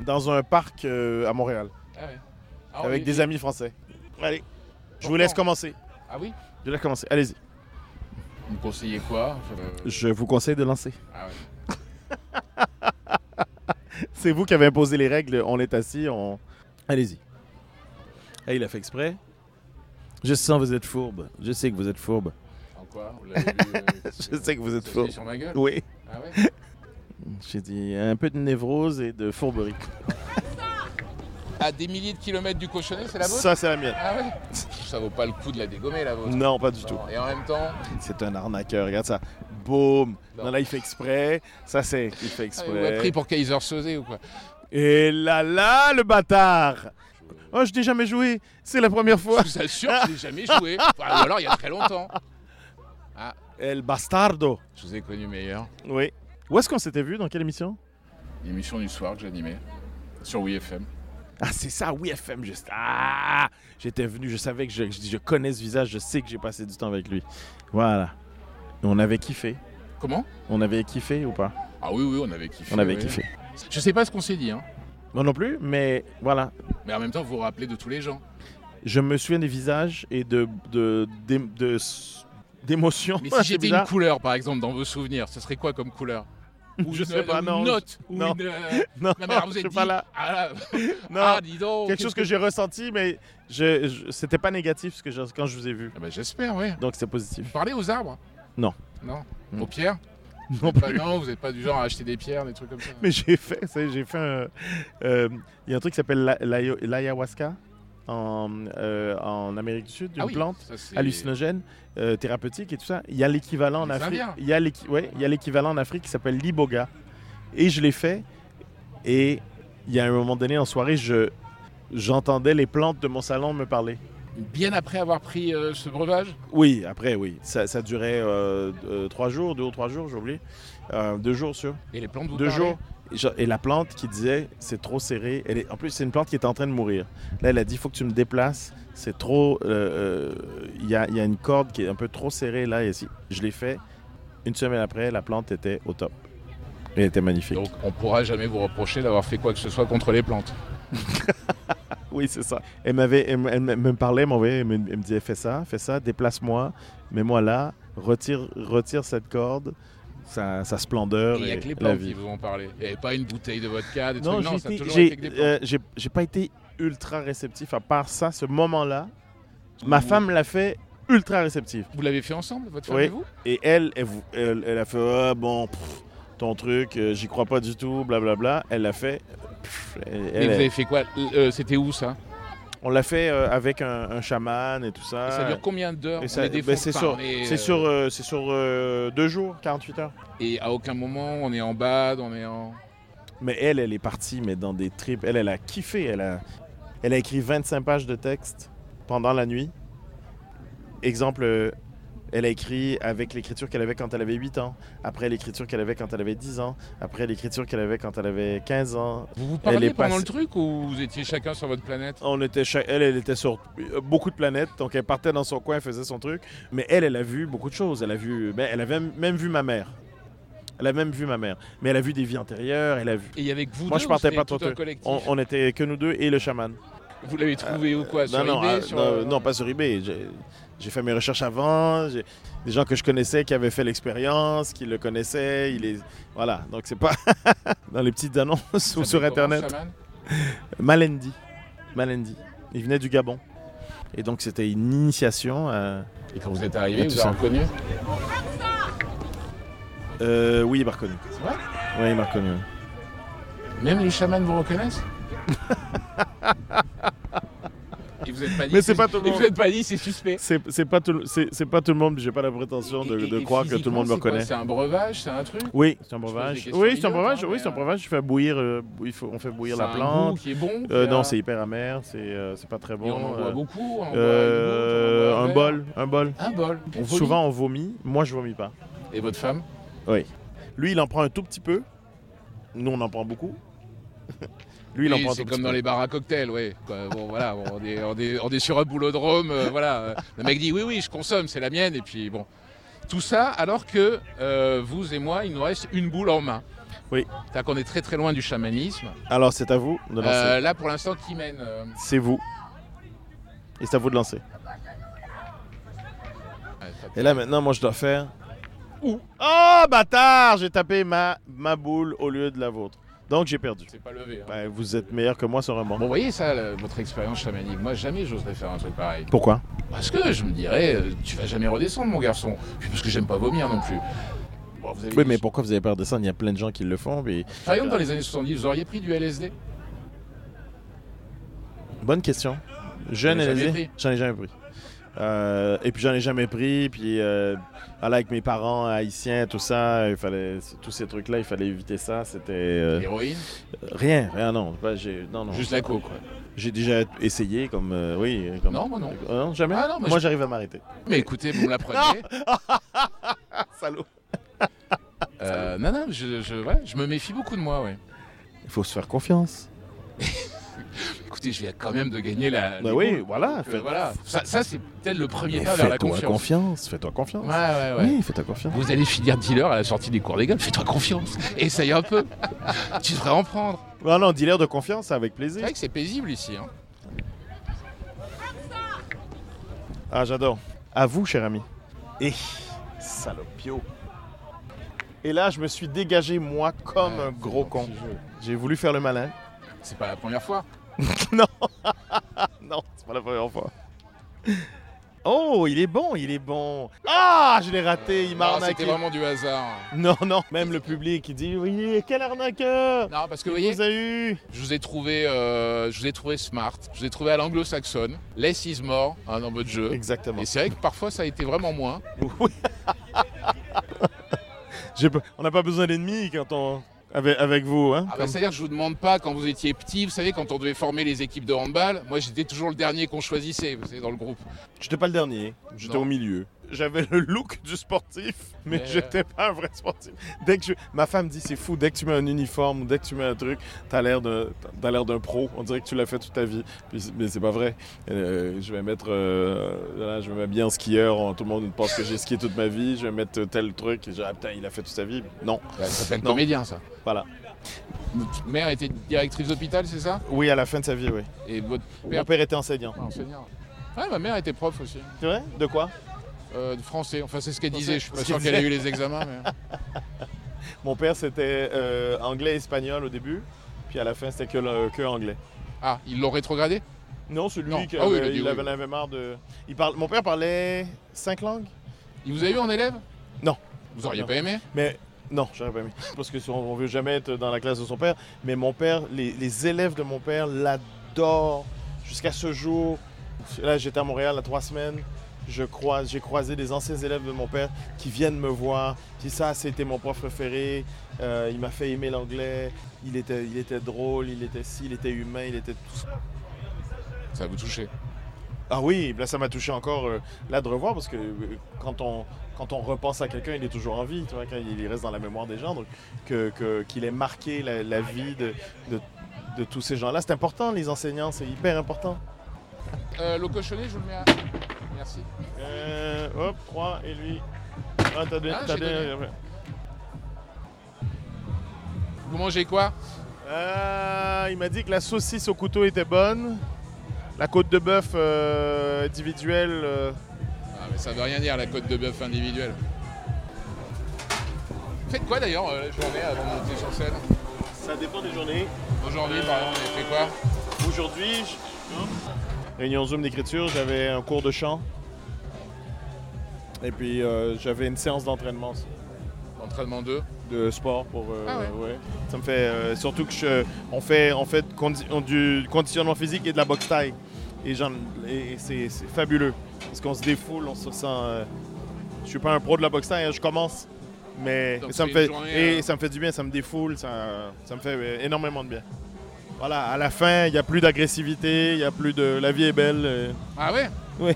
Dans un parc euh, à Montréal, Ah ouais. Ah, on avec est- des amis français. Allez, je vous Pourquoi laisse commencer. Ah oui Je vous laisse commencer. Allez-y. Vous me conseillez quoi Euh, Je vous conseille de lancer. Ah ouais. C'est vous qui avez imposé les règles. On est assis. On... Allez-y. Ah, il a fait exprès. Je sens que vous êtes fourbe. Je sais que vous êtes fourbe. En quoi Vous l'avez vu, euh, Je sais que vous êtes ça fourbe. s'est sur ma gueule Oui. Ah ouais J'ai dit un peu de névrose et de fourberie. À des milliers de kilomètres du cochonnet, c'est la vôtre Ça, c'est la mienne. Ah ouais Ça vaut pas le coup de la dégommer, la vôtre. Non, pas du tout. Ah, Et en même temps, C'est un arnaqueur. Regarde ça. Boum. Non. Non, là, il fait exprès. Ça, c'est il fait ah, vous avez exprès. pris pour Kaiser Sosé ou quoi Et là, là, le bâtard. Oh, je n'ai jamais joué. C'est la première fois. Je vous assure, je n'ai jamais joué. Enfin, ou alors il y a très longtemps. Ah. El Bastardo. Je vous ai connu meilleur. Oui. Où est-ce qu'on s'était vu Dans quelle émission L'émission du soir que j'animais sur WeFM. Ah, c'est ça, oui, FM, juste. Ah J'étais venu, je savais que je, je, je connais ce visage, je sais que j'ai passé du temps avec lui. Voilà. Et on avait kiffé. Comment On avait kiffé ou pas Ah oui, oui, on avait kiffé. On avait ouais. kiffé. Je sais pas ce qu'on s'est dit, hein. Moi non plus, mais voilà. Mais en même temps, vous vous rappelez de tous les gens. Je me souviens des visages et de, de, d'é- de s- d'émotions. Mais C'est si j'étais une bizarre. couleur, par exemple, dans vos souvenirs, ce serait quoi comme couleur Ou Je une- sais pas, ou non, Une je- note ou non. une, euh, Non, ma mère, vous je êtes suis dit, pas là. Ah, là, Non, ah, dis donc. quelque chose que j'ai ressenti, mais je, je- c'était pas négatif parce que je- quand je vous ai vu. Ah bah, J'espère, oui. Donc c'est positif. Vous parlez aux arbres Non. Non. Non. Aux pierres Non Bah plus. Non, vous n'êtes pas du genre à acheter des pierres, des trucs comme ça. Mais j'ai fait, vous savez, j'ai fait un. euh, Il y a un truc qui s'appelle la- l'ayo- l'ayahuasca en, euh, en Amérique du Sud, une Ah oui, plante ça, c'est- hallucinogène, euh, thérapeutique et tout ça. Il y a l'équivalent en Les Afrique. Indiens. Il y a l'équi- ouais, il y a l'équivalent en Afrique qui s'appelle l'iboga. Et je l'ai fait. Et il y a un moment donné en soirée, je j'entendais les plantes de mon salon me parler. Bien après avoir pris euh, ce breuvage Oui, après, oui. Ça, ça durait euh, euh, trois jours, deux ou trois jours, j'ai oublié. Euh, deux jours, sûr. et les plantes vous deux parlaient jours. Et je- Et la plante qui disait c'est trop serré. Elle est... En plus, c'est une plante qui est en train de mourir. Là, elle a dit faut que tu me déplaces. C'est trop. euh, euh, Il y, a, il y a une corde qui est un peu trop serrée là. Et si je l'ai fait, une semaine après, la plante était au top. Elle était magnifique. Donc on pourra jamais vous reprocher d'avoir fait quoi que ce soit contre les plantes. Oui, c'est ça. Elle, m'avait, elle, m- elle m- me parlait, m'envoyait, elle, me, elle me disait fais ça, fais ça, déplace-moi, mets-moi là, retire, retire cette corde, sa, sa splendeur. Et Il n'y a que Ah les la plantes qui vie. vous ont parlé. Il n'y avait pas une bouteille de vodka, des Non, trucs. Non, j'ai ça a été- toujours été j'ai que des plantes. euh, j'ai- j'ai pas été ultra réceptif à part ça, ce moment-là. Ma femme l'a fait ultra réceptive. Vous l'avez fait ensemble, votre femme Oui. et vous Et elle, elle, vou- elle- elle a fait Ah, bon, pff, ton truc, euh, j'y crois pas du tout, blablabla. Elle l'a fait. pff, elle- Mais elle- vous avez fait quoi Euh, C'était où ça On l'a fait euh, avec un, un chaman et tout ça. Et Ça dure combien d'heures Ah. Et On ça- est des ben, fous c'est par- sur, on est, c'est euh, sur, euh, c'est sur euh, deux jours, 48 heures. Et à aucun moment on est en bad, on est en. Mais elle, elle est partie, mais dans des trips. Elle, elle a kiffé. Elle a, elle a écrit 25 pages de texte pendant la nuit. Exemple, euh, elle a écrit avec l'écriture qu'elle avait quand elle avait 8 ans, après l'écriture qu'elle avait quand elle avait 10 ans, après l'écriture qu'elle avait quand elle avait 15 ans. Vous vous Elle parliez est pendant passée- le truc ou vous étiez chacun sur votre planète On était cha- elle, elle était sur euh, beaucoup de planètes, donc elle partait dans son coin, elle faisait son truc. Mais elle, elle a vu beaucoup de choses. Elle a vu, ben, elle avait même vu ma mère. Elle a même vu ma mère. Mais elle a vu des vies antérieures. Elle a vu. Et il y avait que vous Moi, deux, je ou partais c'était pas tout trop un tôt. collectif. On, on était que nous deux et le chaman. Vous l'avez trouvé ou quoi sur non, non, eBay, ah, sur, non, euh, non, pas sur eBay. J'ai- J'ai fait mes recherches avant. j'ai- Des gens que je connaissais qui avaient fait l'expérience, qui le connaissaient. Il est... Voilà, donc c'est pas dans les petites annonces ça ou sur s'appelle comment, Internet. Shaman Malendi. Malendi. Il venait du Gabon. Et donc c'était une initiation. à- Et quand vous êtes arrivé, Et tout vous ça. avez reconnu Euh, oui, il m'a reconnu. C'est vrai Oui, il m'a reconnu. oui. Même les chamans vous reconnaissent Et vous êtes pas dit Mais que c'est pas tout le et monde. Vous êtes pas dit, c'est suspect. C'est c'est pas, tout le- c'est- c'est pas tout le monde, j'ai pas la prétention de, Et- et- de et croire que tout le monde me physiquement, c'est quoi reconnaît. C'est un breuvage, c'est un truc. Oui, c'est un pose des breuvage. questions Oui, c'est un idiotes, breuvage. hein, oui, mais, c'est un euh, breuvage. Je fais bouillir, euh, il faut, on fait bouillir C'est la un plante. goût qui est bon. Euh, qui a- non, c'est hyper amer. C'est euh, c'est pas très Et bon. on en euh. boit beaucoup. on en boit Euh, une goutte, on en boit un verre. bol, un bol. Un bol. On vomit. Souvent on vomit. Moi je vomis pas. Et votre femme Lui il en prend un tout petit peu. Nous on en prend beaucoup. Lui il en Oui, prend un C'est tout comme petit dans peu. les bars à cocktails, ouais. Quoi, Bon, voilà, bon, on, est, on, est, on est sur un boulodrome, euh, voilà. euh, Le mec dit oui, oui, je consomme, c'est la mienne, et puis bon. Tout ça alors que euh, vous et moi, il nous reste une boule en main. Oui. C'est-à-dire qu'on est très très loin du chamanisme. Alors c'est à vous de lancer. Euh, là, pour l'instant, qui mène euh, C'est vous. Et c'est à vous de lancer. ouais, ça- Et là maintenant moi je dois faire. Où Oh bâtard J'ai tapé ma, ma boule au lieu de la vôtre. Donc j'ai perdu. C'est pas levé. hein. Ben, vous êtes meilleur que moi sur un banc. Bon, vous voyez ça, le- votre expérience chamanique. Moi, jamais j'oserais faire un truc pareil. Pourquoi Parce que je me dirais, euh, tu vas jamais redescendre, mon garçon. Puis parce que j'aime pas vomir non plus. Bon, vous avez Oui mais pourquoi vous avez peur de ça Il y a plein de gens qui le font. Mais... Par exemple, dans les années 70, vous auriez pris du LSD Bonne question. Jeune J'en ai jamais LSD, pris. j'en ai jamais pris. Euh, et puis j'en ai jamais pris, puis euh, voilà, avec mes parents haïtiens, tout ça, il fallait tous ces trucs-là, il fallait éviter ça. C'était euh, Héroïne rien, rien, non, pas- j'ai- non, non. Juste la coke, quoi. J'ai déjà essayé comme. euh, oui, euh, comme. Non, moi non. Euh, non, jamais Ah non, mais Moi je- j'arrive à m'arrêter. Mais écoutez, vous me l'apprenez. Ah, Salaud. Euh, non, non, je, je, ouais, je me méfie beaucoup de moi, ouais. Il faut se faire confiance. Écoutez, je viens quand même de gagner la. Bah les oui, boules. voilà. Donc, euh, fais- voilà. Ça, ça, c'est peut-être le premier Mais pas vers la fais-toi confiance. Fais-toi confiance. Ouais, ouais, ouais. Oui, fais-toi confiance. Vous allez finir dealer à la sortie des cours des gars, fais-toi confiance. Essaye un peu. tu devrais en prendre. Bah Non, non, dealer de confiance, c'est avec C'est plaisir. vrai que c'est paisible ici. hein. Ah, j'adore. À vous, cher ami. Et salopio. Et là, je me suis dégagé, moi, comme Ouais, un gros c'est con. gentil, je- J'ai voulu faire le malin. C'est pas la première fois. Non, c'est pas la première fois. Oh, il est bon, il est bon. Ah, je l'ai raté, il m'a Non, C'était arnaqué. vraiment du hasard. Non, non, même le public, il dit Oui, quel arnaqueur Non, parce que vous Il voyez, vous a eu je vous ai trouvé, euh, je vous ai trouvé smart, je vous ai trouvé à l'anglo-saxonne, less is more, hein, dans votre jeu. Exactement. Et c'est vrai que parfois ça a été vraiment moins. Oui. J'ai pas- On n'a pas besoin d'ennemis quand on. Avec, avec vous, hein Ah bah, C'est-à-dire que je vous demande pas quand vous étiez petit, vous savez, quand on devait former les équipes de handball, moi j'étais toujours le dernier qu'on choisissait, vous savez, dans le groupe. J'étais pas le dernier, j'étais Non. au milieu. J'avais le look du sportif, mais Mais, j'étais pas un vrai sportif. Dès que je... Ma femme dit c'est fou, dès que tu mets un uniforme ou dès que tu mets un truc, t'as l'air de... t'as l'air d'un pro. On dirait que tu l'as fait toute ta vie. Puis c'est- mais c'est pas vrai. Euh, je vais mettre. euh, voilà, je vais m'habiller en skieur. On- Tout le monde pense que j'ai skié toute ma vie. Je vais mettre tel truc. Et je dis, ah putain, il a fait toute sa vie. Non. Ça s'appelle Non. comédien ça. Voilà. Votre mère était directrice d'hôpital, c'est ça Oui, à la fin de sa vie, oui. Et votre Mon père père était enseignant. Ah, enseignant. Ouais, ma mère était prof aussi, C'est vrai De quoi euh, de français. Enfin, c'est ce qu'elle Français, disait. Je suis ce pas sûr qu'elle qu'elle ait eu les examens. Mais... Mon père, c'était euh, anglais et espagnol au début. Puis à la fin, c'était que, le- que anglais. Ah, ils l'ont rétrogradé Non, c'est lui Non. qui Ah oui, avait- il a dit il oui. avait, en avait marre de. Il parle... Mon père parlait cinq langues Il vous a eu en élève Non. Vous auriez Non. pas aimé Mais non, j'aurais pas aimé. Parce que si on on veut jamais être dans la classe de son père. Mais mon père, les, les élèves de mon père l'adorent jusqu'à ce jour. Là, j'étais à Montréal il y a trois semaines. Je croise, j'ai croisé des anciens élèves de mon père qui viennent me voir. Puis ça, c'était mon prof préféré. Euh, il m'a fait aimer l'anglais. Il était, il était drôle. Il était si, il était humain. Il était tout ça. Ça vous touchait. Ah oui, là ça m'a touché encore euh, là de revoir parce que euh, quand on quand on repense à quelqu'un, il est toujours en vie, tu vois, quand il il reste dans la mémoire des gens, donc que que- qu'il ait marqué la, la vie de, de, de tous ces gens-là, c'est important, les enseignants, c'est hyper important. Euh, le cochonnet, je vous le mets à. Merci. Euh, hop, 3 et lui. Ah, t'as donné, Ah, t'as j'ai donné. Vous mangez quoi Euh, il m'a dit que la saucisse au couteau était bonne, la côte de bœuf euh, individuelle. euh, Ah, mais ça veut rien dire la côte de bœuf individuelle. Vous faites quoi d'ailleurs euh, la journée avant de monter sur scène ça dépend des journées. Aujourd'hui, par exemple, vous avez fait quoi Aujourd'hui, Hein? réunion Zoom d'écriture, j'avais un cours de chant. Et puis euh, j'avais une séance d'entraînement aussi, Entraînement 2. de sport pour. euh, Ah ouais. Ça me fait euh, surtout que je- on fait en fait condi- on- du conditionnement physique et de la boxe taille. Et, j'en- et- et c'est c'est fabuleux parce qu'on se défoule, on se sent. euh, je suis pas un pro de la boxe taille, hein, je commence. Mais Donc ça me c'est une fait hein. journée, et euh, ça me fait du bien, ça me défoule, ça, ça me fait euh, énormément de bien. Voilà, à la fin, il n'y a plus d'agressivité, il n'y a plus de la vie est belle. euh, Ah ouais Oui.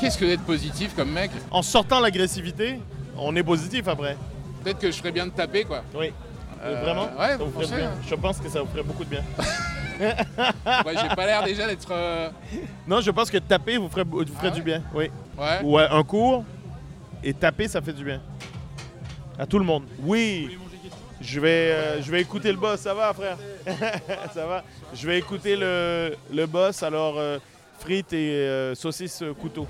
Qu'est-ce que d'être positif comme mec En sortant l'agressivité, on est positif après. Peut-être que je ferais bien de taper quoi. Oui. Euh, Vraiment ouais, Ça vous vous ferait pensez, du bien. hein. Je pense que ça vous ferait beaucoup de bien. Ouais, j'ai pas l'air déjà d'être. euh, Non, je pense que taper vous ferait, vous ferait Ah du ouais bien. Oui. Ouais. Ou euh, un cours, et taper, ça fait du bien. À tout le monde. Oui, je vais, euh, je vais écouter le boss. Ça va, frère Ça va Je vais écouter le, le boss, alors euh, frites et euh, saucisses euh, couteau.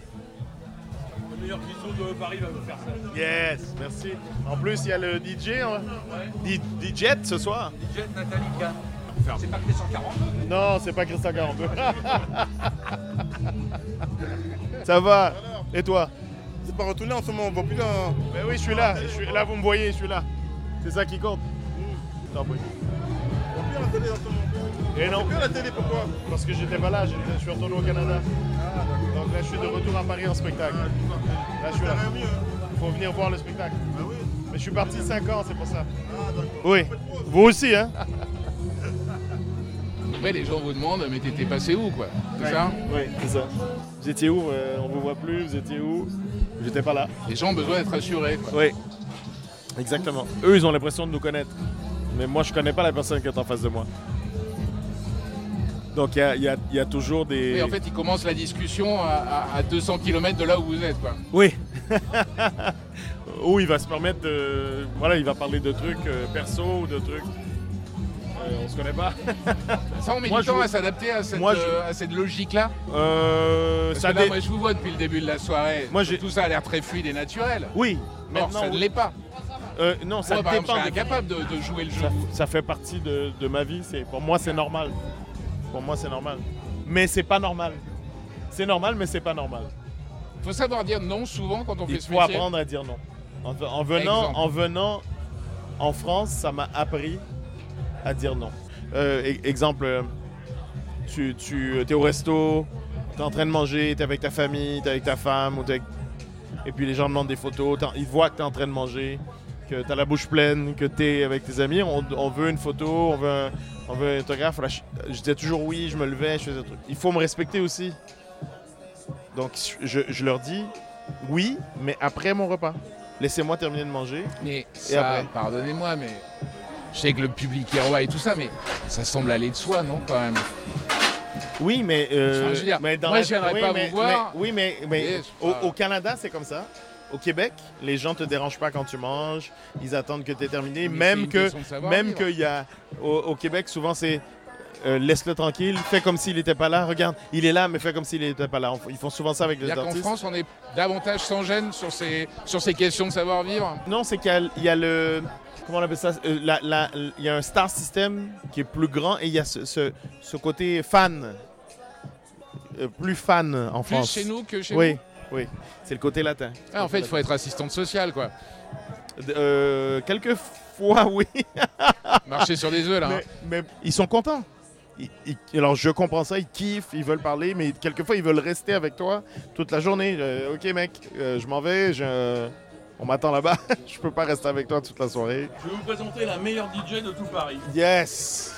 Le meilleur cuisson de Paris va vous faire ça. Yes, merci. En plus, il y a le DJ. hein. D- DJ ce soir. Jet Nathalie Kahn. C'est pas que les 140 Non, c'est pas Christian 42. Ça va Et toi C'est pas retourné en ce moment, on va plus là. hein. Ben oui, je suis là. Je suis là, vous me voyez, je suis là. C'est ça qui compte. T'en prie. Mmh. On va plus à la télé en ce moment. Et non, On va plus à la télé, pourquoi Ah, parce que j'étais pas là, j'étais- je suis retourné au Canada. Donc là, je suis de retour à Paris en spectacle. Là, je suis là. Rien mieux. hein. Faut venir voir le spectacle. Ah oui Mais je suis parti 5 ans, c'est pour ça. Ah d'accord. Oui. Vous aussi, hein après, les gens vous demandent, mais t'étais passé où, quoi C'est ça Oui, c'est ça. Vous étiez où Euh, On vous voit plus, vous étiez où J'étais pas là. Les gens ont besoin d'être assurés, quoi. Oui. Exactement. Eux, ils ont l'impression de nous connaître. Mais moi, je connais pas la personne qui est en face de moi. Donc, il y a, il y a- il y a toujours des. Oui, en fait, ils commencent la discussion à, à- à 200 km de là où vous êtes, quoi. Oui. Ou il va se permettre de. Voilà, il va parler de trucs euh, perso ou de trucs. euh, on se connaît pas. Ça, on met Moi, du je temps vous- à s'adapter à cette, Moi, je- euh, à cette logique-là. Euh, Parce ça que là, dé- moi, je vous vois depuis le début de la soirée. Moi, j'ai- Tout ça a l'air très fluide et naturel. Oui, Or, maintenant. ça ne oui. l'est pas. Euh, non, ça moi, par exemple, dépend. je serais des- incapable de, de jouer le jeu. Ça, ça fait partie de, de ma vie. C'est, pour moi, c'est normal. Pour moi, c'est normal. Mais c'est pas normal. C'est normal, mais c'est pas normal. Il faut savoir dire non souvent quand on fait Il ce faut métier. apprendre à dire non. En, ve- en venant, Exemple. en venant en France, ça m'a appris à dire non. Euh, e- exemple, euh, tu, tu es au resto, tu es en train de manger, tu es avec ta famille, tu es avec ta femme, ou t'es avec- et puis les gens demandent des photos, t'en- ils voient que tu es en train de manger, que tu as la bouche pleine, que tu es avec tes amis, on, on veut une photo, on veut un, on veut un autographe. Voilà, je, je disais toujours oui, je me levais, je faisais des trucs. Il faut me respecter aussi. Donc je- je leur dis, oui, mais après mon repas. Laissez-moi terminer de manger. Mais ça, après pardonnez-moi, mais je sais que le public est roi et tout ça, mais ça semble aller de soi, non, quand même Oui, mais. euh, Enfin, je veux dire, mais moi, la- je viendrai oui, pas mais- vous voir. mais- oui, mais, mais Yes, au, bah. au Canada, c'est comme ça. Au Québec, les gens te dérangent pas quand tu manges. Ils attendent que tu aies terminé. Mais c'est Même une que. question de savoir Même vivre. qu'il y a. Au, au Québec, souvent, c'est. euh, Laisse-le tranquille, fais comme s'il n'était pas là. Regarde, il est là, mais fais comme s'il n'était pas là. On- Ils font souvent ça avec les C'est-à-dire qu'en artistes. France, on est davantage sans gêne sur ces, sur ces questions de savoir-vivre. Non, c'est qu'il y a- il y, a le. Comment on appelle ça Euh, la- la- Il y a un star system qui est plus grand et il y a ce, ce- ce côté fan. Euh, plus fan en Plus France. chez nous que chez Oui, vous. oui. C'est le côté latin. Ah, en fait, il faut être assistante sociale, quoi. Euh, quelques fois, oui. Marcher sur des œufs, là. hein. Mais, mais ils sont contents. Ils- ils- alors, je comprends ça, ils kiffent, ils veulent parler, mais quelquefois, ils veulent rester avec toi toute la journée. Euh, ok, mec, euh, je m'en vais, je- on m'attend là-bas. je peux pas rester avec toi toute la soirée. Je vais vous présenter la meilleure DJ de tout Paris. Yes!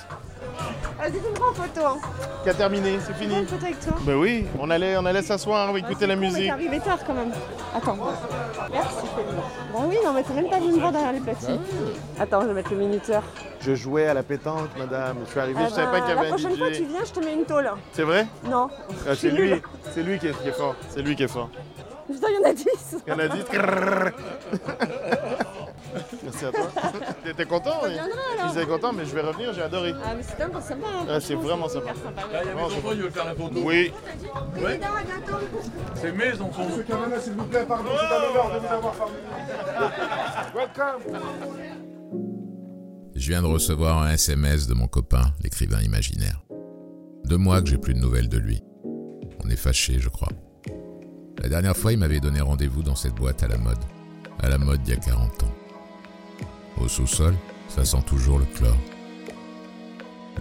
Vas-y, fais une photo. Hein. Qui a terminé, c'est Prends fini. une photo avec toi. Ben oui, on allait, on allait s'asseoir, Ah, écouter c'est la con, mais T'es musique. arrivé tard quand même. Attends. Merci. Bah oui, non, mais t'es même pas venu me voir derrière les Bah platines. oui. Attends, je vais mettre le minuteur. Je jouais à la pétanque, madame. Je suis arrivé, Ah je savais bah, pas qu'il y avait la un prochaine fois que tu DJ. viens, je te mets une tôle. C'est vrai Non. Ah, Je suis C'est lui, nulle. c'est lui qui est, qui est fort. C'est lui qui est fort. Putain, il y en a 10. Il y en a dit. Trrrr. Merci à toi. T'étais content On oui. viendra Je alors. disais content, mais je vais revenir, j'ai adoré. Ah, mais c'est sympa. sympa. hein, Ah, c'est franchement, vraiment sympa. hyper sympa. Là, il y a Non, mes je- enfants, ils veulent faire la photo. Oui, Mais non, à bientôt. C'est mes enfants. Monsieur Cavana, s'il vous plaît, pardon, c'est un honneur de nous avoir parmi nous. Welcome. Je viens de recevoir un SMS de mon copain, l'écrivain imaginaire. Deux mois que j'ai plus de nouvelles de lui. On est fâchés, je crois. La dernière fois, il m'avait donné rendez-vous dans cette boîte à la mode. À la mode il y a 40 ans. Au sous-sol, ça sent toujours le chlore.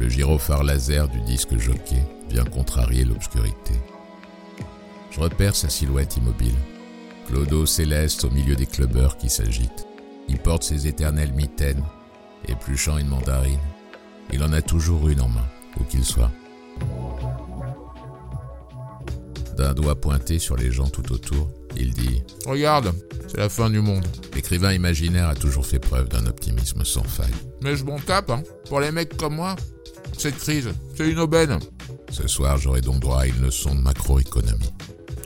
Le gyrophare laser du disque jockey vient contrarier l'obscurité. Je repère sa silhouette immobile. Clodo céleste au milieu des clubbeurs qui s'agitent. Il porte ses éternelles mitaines épluchant une mandarine. Il en a toujours une en main, où qu'il soit. D'un doigt pointé sur les gens tout autour, il dit Regarde, c'est la fin du monde. L'écrivain imaginaire a toujours fait preuve d'un optimisme sans faille. Mais je m'en tape, hein. Pour les mecs comme moi, cette crise, c'est une aubaine. Ce soir, j'aurai donc droit à une leçon de macroéconomie.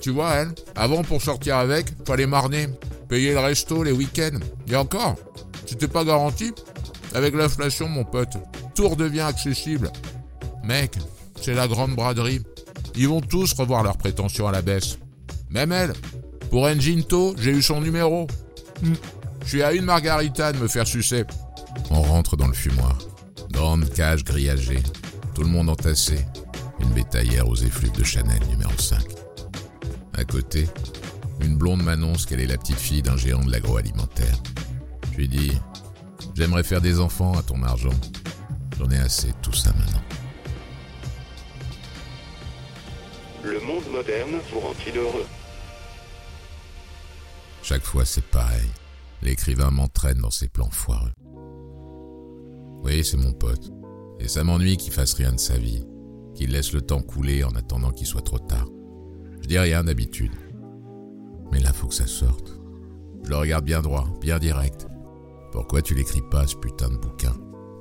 Tu vois, elle, avant pour sortir avec, fallait marner, payer le resto les week-ends. Et encore, c'était pas garanti. Avec l'inflation, mon pote, tout redevient accessible. Mec, c'est la grande braderie. Ils vont tous revoir leurs prétentions à la baisse. Même elle. Pour Enginto, j'ai eu son numéro. Hmm. Je suis à une margarita de me faire sucer. On rentre dans le fumoir. Grande cage grillagée. Tout le monde entassé. Une bétaillère aux effluves de Chanel numéro 5. À côté, une blonde m'annonce qu'elle est la petite fille d'un géant de l'agroalimentaire. Je lui dis J'aimerais faire des enfants à ton argent. J'en ai assez de tout ça maintenant. Le monde moderne vous rend-il heureux Chaque fois, c'est pareil. L'écrivain m'entraîne dans ses plans foireux. Oui, c'est mon pote. Et ça m'ennuie qu'il fasse rien de sa vie. qui laisse le temps couler en attendant qu'il soit trop tard. Je dis rien d'habitude. Mais là, faut que ça sorte. Je le regarde bien droit, bien direct. Pourquoi tu l'écris pas, ce putain de bouquin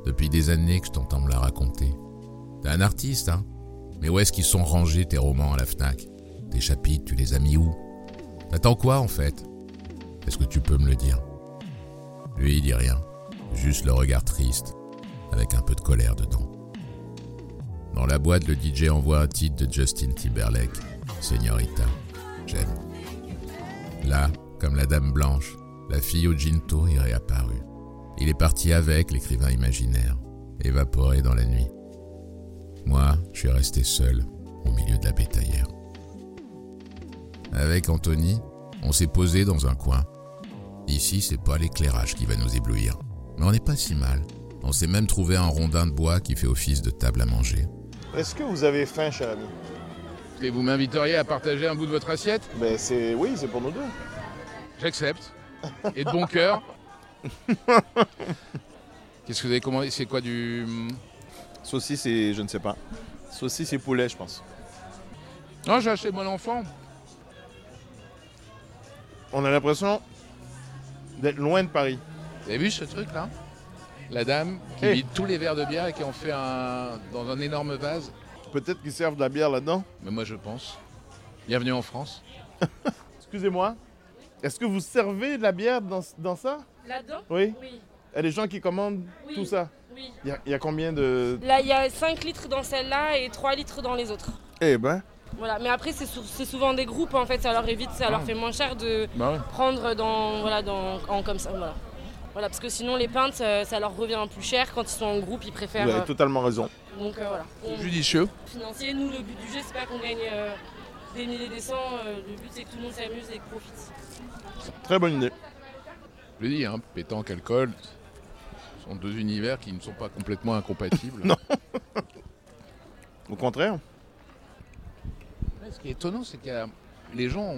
Depuis des années que je t'entends me la raconter. T'es un artiste, hein Mais où est-ce qu'ils sont rangés tes romans à la FNAC Tes chapitres, tu les as mis où T'attends quoi, en fait Est-ce que tu peux me le dire Lui, il dit rien. Juste le regard triste, avec un peu de colère dedans. Dans la boîte, le DJ envoie un titre de Justin Timberlake, Señorita. J'aime. Là, comme la dame blanche, la fille au ginto est réapparue. Il est parti avec l'écrivain imaginaire, évaporé dans la nuit. Moi, je suis resté seul, au milieu de la bétaillère. Avec Anthony, on s'est posé dans un coin. Ici, c'est pas l'éclairage qui va nous éblouir. Mais on n'est pas si mal. On s'est même trouvé un rondin de bois qui fait office de table à manger. Est-ce que vous avez faim, cher ami Et vous m'inviteriez à partager un bout de votre assiette Ben c'est. Oui, c'est pour nous deux. J'accepte. Et de bon cœur. Qu'est-ce que vous avez commandé C'est quoi du. hmm? Saucisse et je ne sais pas. Saucisse et poulet, je pense. Non, j'ai acheté mon enfant. On a l'impression d'être loin de Paris. Vous avez vu ce truc là La dame qui Hey. vide tous les verres de bière et qui en fait un dans un énorme vase. Peut-être qu'ils servent de la bière là-dedans. Mais moi je pense. Bienvenue en France. Excusez-moi. Est-ce que vous servez de la bière dans, dans ça Là-dedans Oui. Oui. Il y a des gens qui commandent Oui. tout ça. Oui. Il y a- il y, a combien de. Là, il y a 5 litres dans celle-là et 3 litres dans les autres. Eh ben. Voilà, mais après, c'est sou- c'est souvent des groupes en fait, ça leur évite, ça leur Ah. fait moins cher de Bah ouais. prendre dans, voilà, dans, en comme ça. Voilà. voilà, parce que sinon, les peintes, ça, ça leur revient plus cher. Quand ils sont en groupe, ils préfèrent. Vous avez euh, totalement raison. Donc euh, voilà. On- Judicieux. Financier, nous, le but du jeu, c'est pas qu'on gagne euh, des milliers, des cents. euh, le but, c'est que tout le monde s'amuse et profite. Très bonne idée. Je le dis, hein, pétanque, alcool sont deux univers qui ne sont pas complètement incompatibles. Non. Au contraire. Ouais, Ce qui est étonnant, c'est qu'il y a les gens. ont-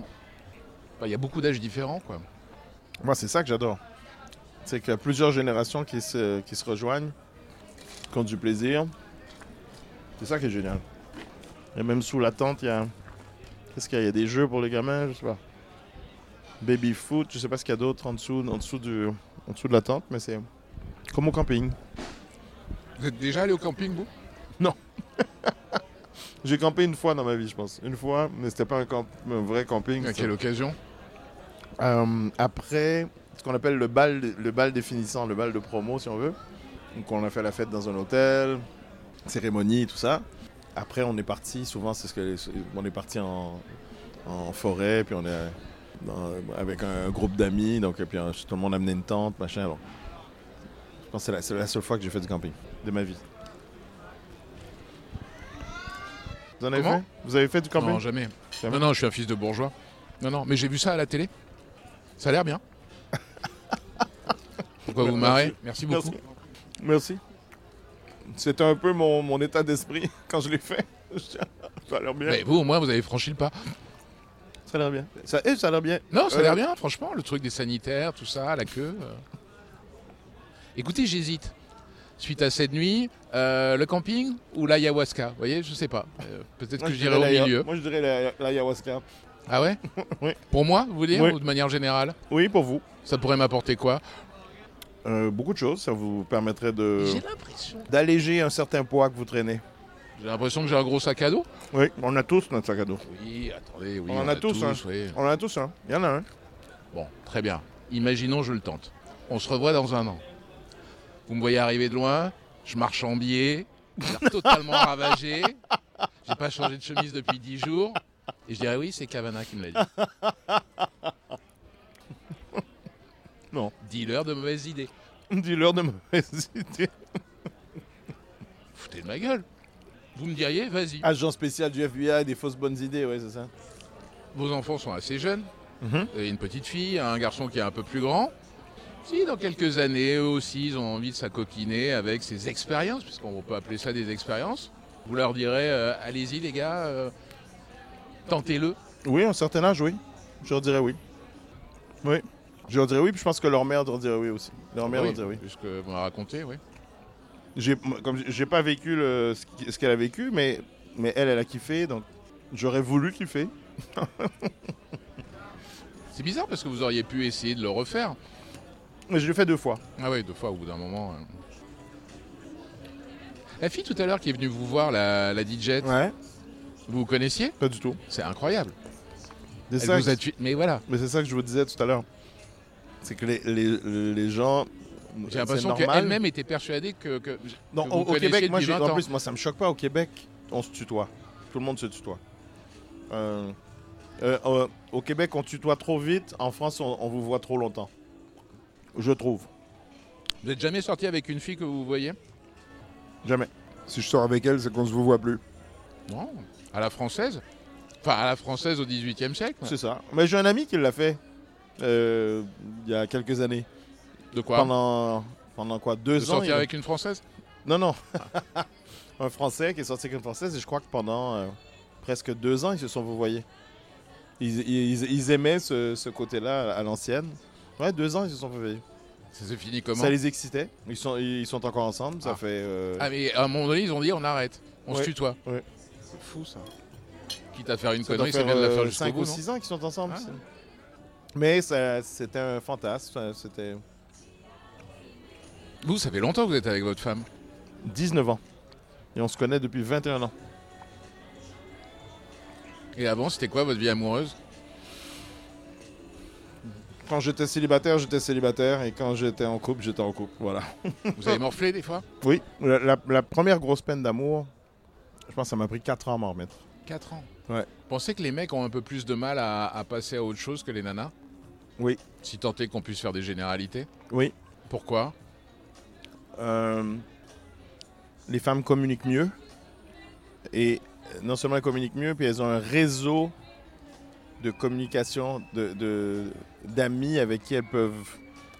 enfin, il y a beaucoup d'âges différents, quoi. Moi, c'est ça que j'adore. C'est qu'il y a plusieurs générations qui se, qui se rejoignent, qui ont du plaisir. C'est ça qui est génial. Et même sous la tente, il y a. Qu'est-ce qu'il y a Il y a des jeux pour les gamins, je sais pas. Baby foot, je sais pas ce qu'il y a d'autre en dessous, en, dessous du, en dessous de la tente, mais c'est comme au camping. Vous êtes déjà allé au camping, vous Non. J'ai campé une fois dans ma vie, je pense. Une fois, mais c'était pas un, camp- un vrai camping. À quelle occasion Euh, après, ce qu'on appelle le bal, le bal définissant, le bal de promo, si on veut. Donc, on a fait la fête dans un hôtel, cérémonie, tout ça. Après, on est parti, souvent, c'est ce que les- on est parti en, en forêt, puis on est dans- avec un, groupe d'amis, donc, et puis euh, tout le monde amenait une tente, machin. bon. Je pense que c'est la, c'est la seule fois que j'ai fait du camping de ma vie. Vous en avez Comment fait Vous avez fait du camping Non, jamais. Non, non, je suis un fils de bourgeois. Non, non, mais j'ai vu ça à la télé. Ça a l'air bien. Pourquoi vous marrez Merci beaucoup. Merci. C'était un peu mon, mon état d'esprit quand je l'ai fait. ça a l'air bien. Mais vous, au moins, vous avez franchi le pas. Ça a l'air bien. Ça, eh, ça a l'air bien. Non, ça a Euh, l'air bien, franchement, le truc des sanitaires, tout ça, la queue. euh. Écoutez, j'hésite. Suite à cette nuit, euh, le camping ou l'ayahuasca Vous voyez, je sais pas. Euh, Peut-être moi, que je dirais au l'aya- milieu. Moi, je dirais la- l'ayahuasca. Ah ouais Oui. Pour moi, vous voulez dire, Oui. ou de manière générale Oui, pour vous. Ça pourrait m'apporter quoi Euh, beaucoup de choses. Ça vous permettrait de J'ai l'impression. d'alléger un certain poids que vous traînez. J'ai l'impression que j'ai un gros sac à dos. Oui, on a tous notre sac à dos. Oui, attendez, oui. on, en a, tous, hein. oui. On en a tous, hein. Il y en a un. Bon, très bien. Imaginons, je le tente. On se revoit dans un an. Vous me voyez arriver de loin, je marche en biais, j'ai l'air totalement ravagé, j'ai pas changé de chemise depuis dix jours, et je dirais oui, c'est Cavana qui me l'a dit. Non. Dealer de mauvaises idées. Dis-leur de mauvaise idée. Foutez de ma gueule. Vous me diriez, vas-y. Agent spécial du FBI, des fausses bonnes idées, ouais, c'est ça. Vos enfants sont assez jeunes. Mhm. Vous avez une petite fille, un garçon qui est un peu plus grand. Si dans quelques années, eux aussi, ils ont envie de s'acoquiner avec ces expériences, puisqu'on peut appeler ça des expériences, vous leur direz euh, allez-y les gars, euh, tentez-le. Oui, à un certain âge, oui. Je leur dirais oui. Oui. Je leur dirais oui, puis je pense que leur mère leur dirait oui aussi. Leur mère Oui, leur dirait oui. puisque vous m'avez raconté, oui. J'ai, moi, comme j'ai- j'ai pas vécu le- ce qui- ce qu'elle a vécu, mais Mais elle, elle a kiffé, donc j'aurais voulu kiffer. C'est bizarre parce que vous auriez pu essayer de le refaire. Mais je l'ai fait deux fois. Ah ouais, deux fois au bout d'un moment. euh. La fille tout à l'heure qui est venue vous voir, la, la DJ, ouais. vous connaissiez Pas du tout. C'est incroyable. Des Elle sacs. vous a tui- Mais voilà, Mais c'est ça que je vous disais tout à l'heure. C'est que les, les, les gens. Bah, c'est j'ai l'impression normal. qu'elle-même était persuadée que, que, Non, que au, vous au connaissiez Québec, moi, depuis j'ai- 20 en ans. plus, moi, ça me choque pas. Au Québec, on se tutoie. Tout le monde se tutoie. Euh, euh, euh, au Québec, on tutoie trop vite. En France, on, on vous voit trop longtemps. Je trouve. Vous n'êtes jamais sorti avec une fille que vous voyez Jamais. Si je sors avec elle, c'est qu'on se vous voit plus. Non, à la française Enfin, à la française au 18 e siècle C'est ça. Mais j'ai un ami qui l'a fait euh, il y a quelques années. De quoi Pendant pendant quoi deux De ans. sortir il- avec une française Non non. un Français qui est sorti avec une Française et je crois que pendant euh, presque deux ans ils se sont vouvoyés. Ils, ils, ils aimaient ce, ce côté-là à l'ancienne. Ouais, deux ans ils se sont vouvoyés. Ça s'est fini comment Ça les excitait. Ils sont ils sont encore ensemble. Ça fait. euh, Ah, mais à un moment donné, ils ont dit on arrête, on Ouais. se tutoie. C'est fou ça. Quitte à faire une Ça doit connerie, c'est faire, bien de la euh, faire jusqu'au cinq bout. ou non Ah. six ans qu'ils sont ensemble. c'est- Mais ça- c'était un fantasme. ça- C'était. Vous, ça fait longtemps que vous êtes avec votre femme 19 ans. Et on se connaît depuis 21 ans. Et avant, c'était quoi votre vie amoureuse Quand j'étais célibataire, j'étais célibataire. Et quand j'étais en couple, j'étais en couple. Voilà. Vous avez morflé des fois Oui, la, la- la première grosse peine d'amour, je pense que ça m'a pris 4 ans à m'en remettre. 4 ans. Ouais. Pensez que les mecs ont un peu plus de mal à, à passer à autre chose que les nanas Oui. Si tant est qu'on puisse faire des généralités. Oui. Pourquoi Euh, les femmes communiquent mieux. Et euh, non seulement elles communiquent mieux, puis elles ont un réseau de communication, de- de- d'amis avec qui elles peuvent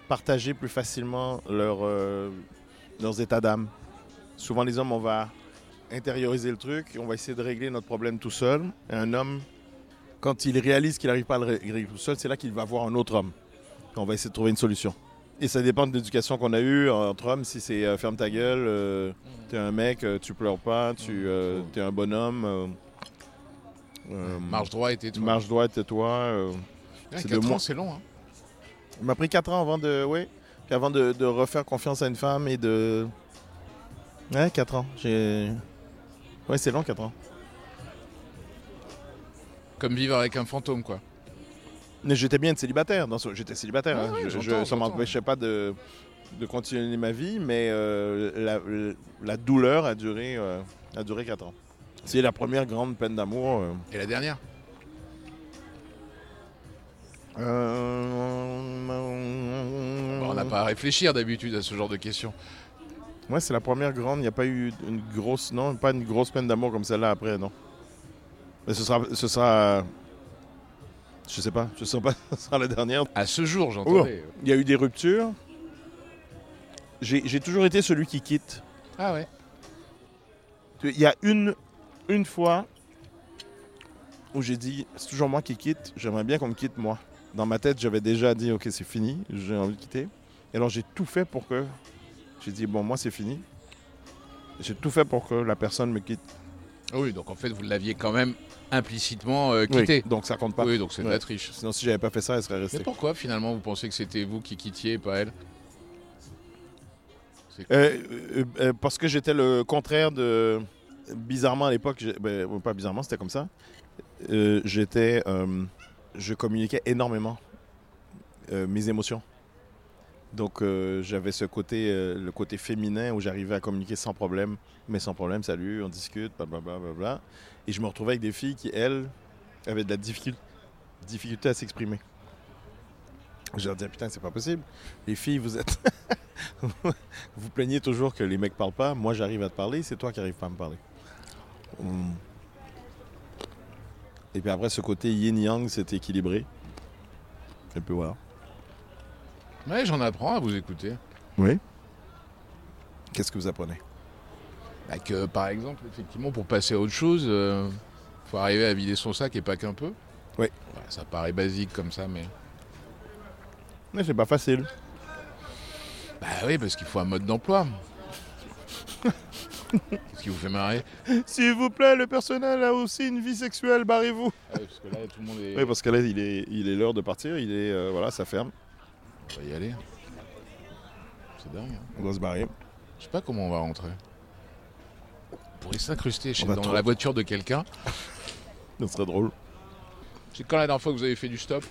partager plus facilement leur, euh, leurs états d'âme. Souvent, les hommes, on va intérioriser le truc, on va essayer de régler notre problème tout seul. Et un homme, quand il réalise qu'il n'arrive pas à le ré- régler tout seul, c'est là qu'il va voir un autre homme. Puis on va essayer de trouver une solution. Et ça dépend de l'éducation qu'on a eue entre hommes. Si c'est euh, ferme ta gueule, euh, t'es un mec, euh, tu pleures pas, tu euh, t'es un bonhomme. euh, euh, Marche droit et tais-toi. Marche droit et tais-toi. euh, Ouais, c'est de Ah, quatre moi- ans, c'est long. hein. il m'a pris 4 ans avant de. Oui. Puis avant de, de refaire confiance à une femme et de. Ouais, 4 ans. J'ai. Ouais, c'est long, 4 ans. Comme vivre avec un fantôme, quoi. Mais j'étais bien de célibataire. dans ce- J'étais célibataire. Ouais, hein. Ah ouais, Je- je- j'entends, ça m'empêchait pas de, de continuer ma vie, mais euh, la, la douleur a duré, euh, a duré 4 ans. C'est la première grande peine d'amour. euh. Et la dernière Euh, Bon, On n'a pas à réfléchir d'habitude à ce genre de questions. Ouais, c'est la première grande. Il n'y a pas eu une grosse, non, pas une grosse peine d'amour comme celle-là après, non. Mais ce sera, ce sera, je sais pas, je sais pas, ce sera la dernière. À ce jour, j'entendais. j'entendais. Il y a eu des ruptures. J'ai j'ai toujours été celui qui quitte. Ah ouais Tu- Il y a une, une fois où j'ai dit, c'est toujours moi qui quitte, j'aimerais bien qu'on me quitte moi. Dans ma tête, j'avais déjà dit, ok, c'est fini, j'ai envie de quitter. Et alors j'ai tout fait pour que. J'ai dit, bon, moi c'est fini. J'ai tout fait pour que la personne me quitte. Ah Oui, donc en fait, vous l'aviez quand même implicitement euh, Oui, quitté. donc ça compte pas. Oui, donc c'est de Ouais. la triche. Sinon, si j'avais pas fait ça, elle serait Mais restée. pourquoi finalement vous pensez que c'était vous qui quittiez et pas elle C'est- Euh, euh, euh, parce que j'étais le contraire de. Bizarrement à l'époque, j'ai- ben, bon, pas bizarrement, c'était comme ça. Euh, j'étais. euh, je communiquais énormément euh, mes émotions. Donc euh, j'avais ce côté, euh, le côté féminin où j'arrivais à communiquer sans problème, mais sans problème, salut, on discute, blablabla. blablabla. Et je me retrouvais avec des filles qui, elles, avaient de la difficul- difficulté à s'exprimer. Je leur disais, putain, c'est pas possible. Les filles, vous êtes. vous plaignez toujours que les mecs parlent pas. Moi, j'arrive à te parler, c'est toi qui arrives pas à me parler. Hum. Et puis après, ce côté yin-yang, c'est équilibré. Et puis voilà. Ouais, j'en apprends à vous écouter. Oui. Qu'est-ce que vous apprenez Bah que, par exemple, effectivement, pour passer à autre chose, euh, faut arriver à vider son sac et pas qu'un peu. Oui. Ouais, ça paraît basique comme ça, mais. Mais c'est pas facile. Bah oui, parce qu'il faut un mode d'emploi. Qu'est-ce qui vous fait marrer S'il vous plaît, le personnel a aussi une vie sexuelle, barrez-vous. Ah oui, Parce que là, tout le monde est. Oui, parce que là, il est il est l'heure de partir, il est euh, voilà, ça ferme. On va y aller. C'est dingue. hein. On doit se barrer. Je sais pas comment on va rentrer. On pourrait s'incruster chez- On va dans trop- la voiture de quelqu'un. Ce serait drôle. C'est quand la dernière fois que vous avez fait du stop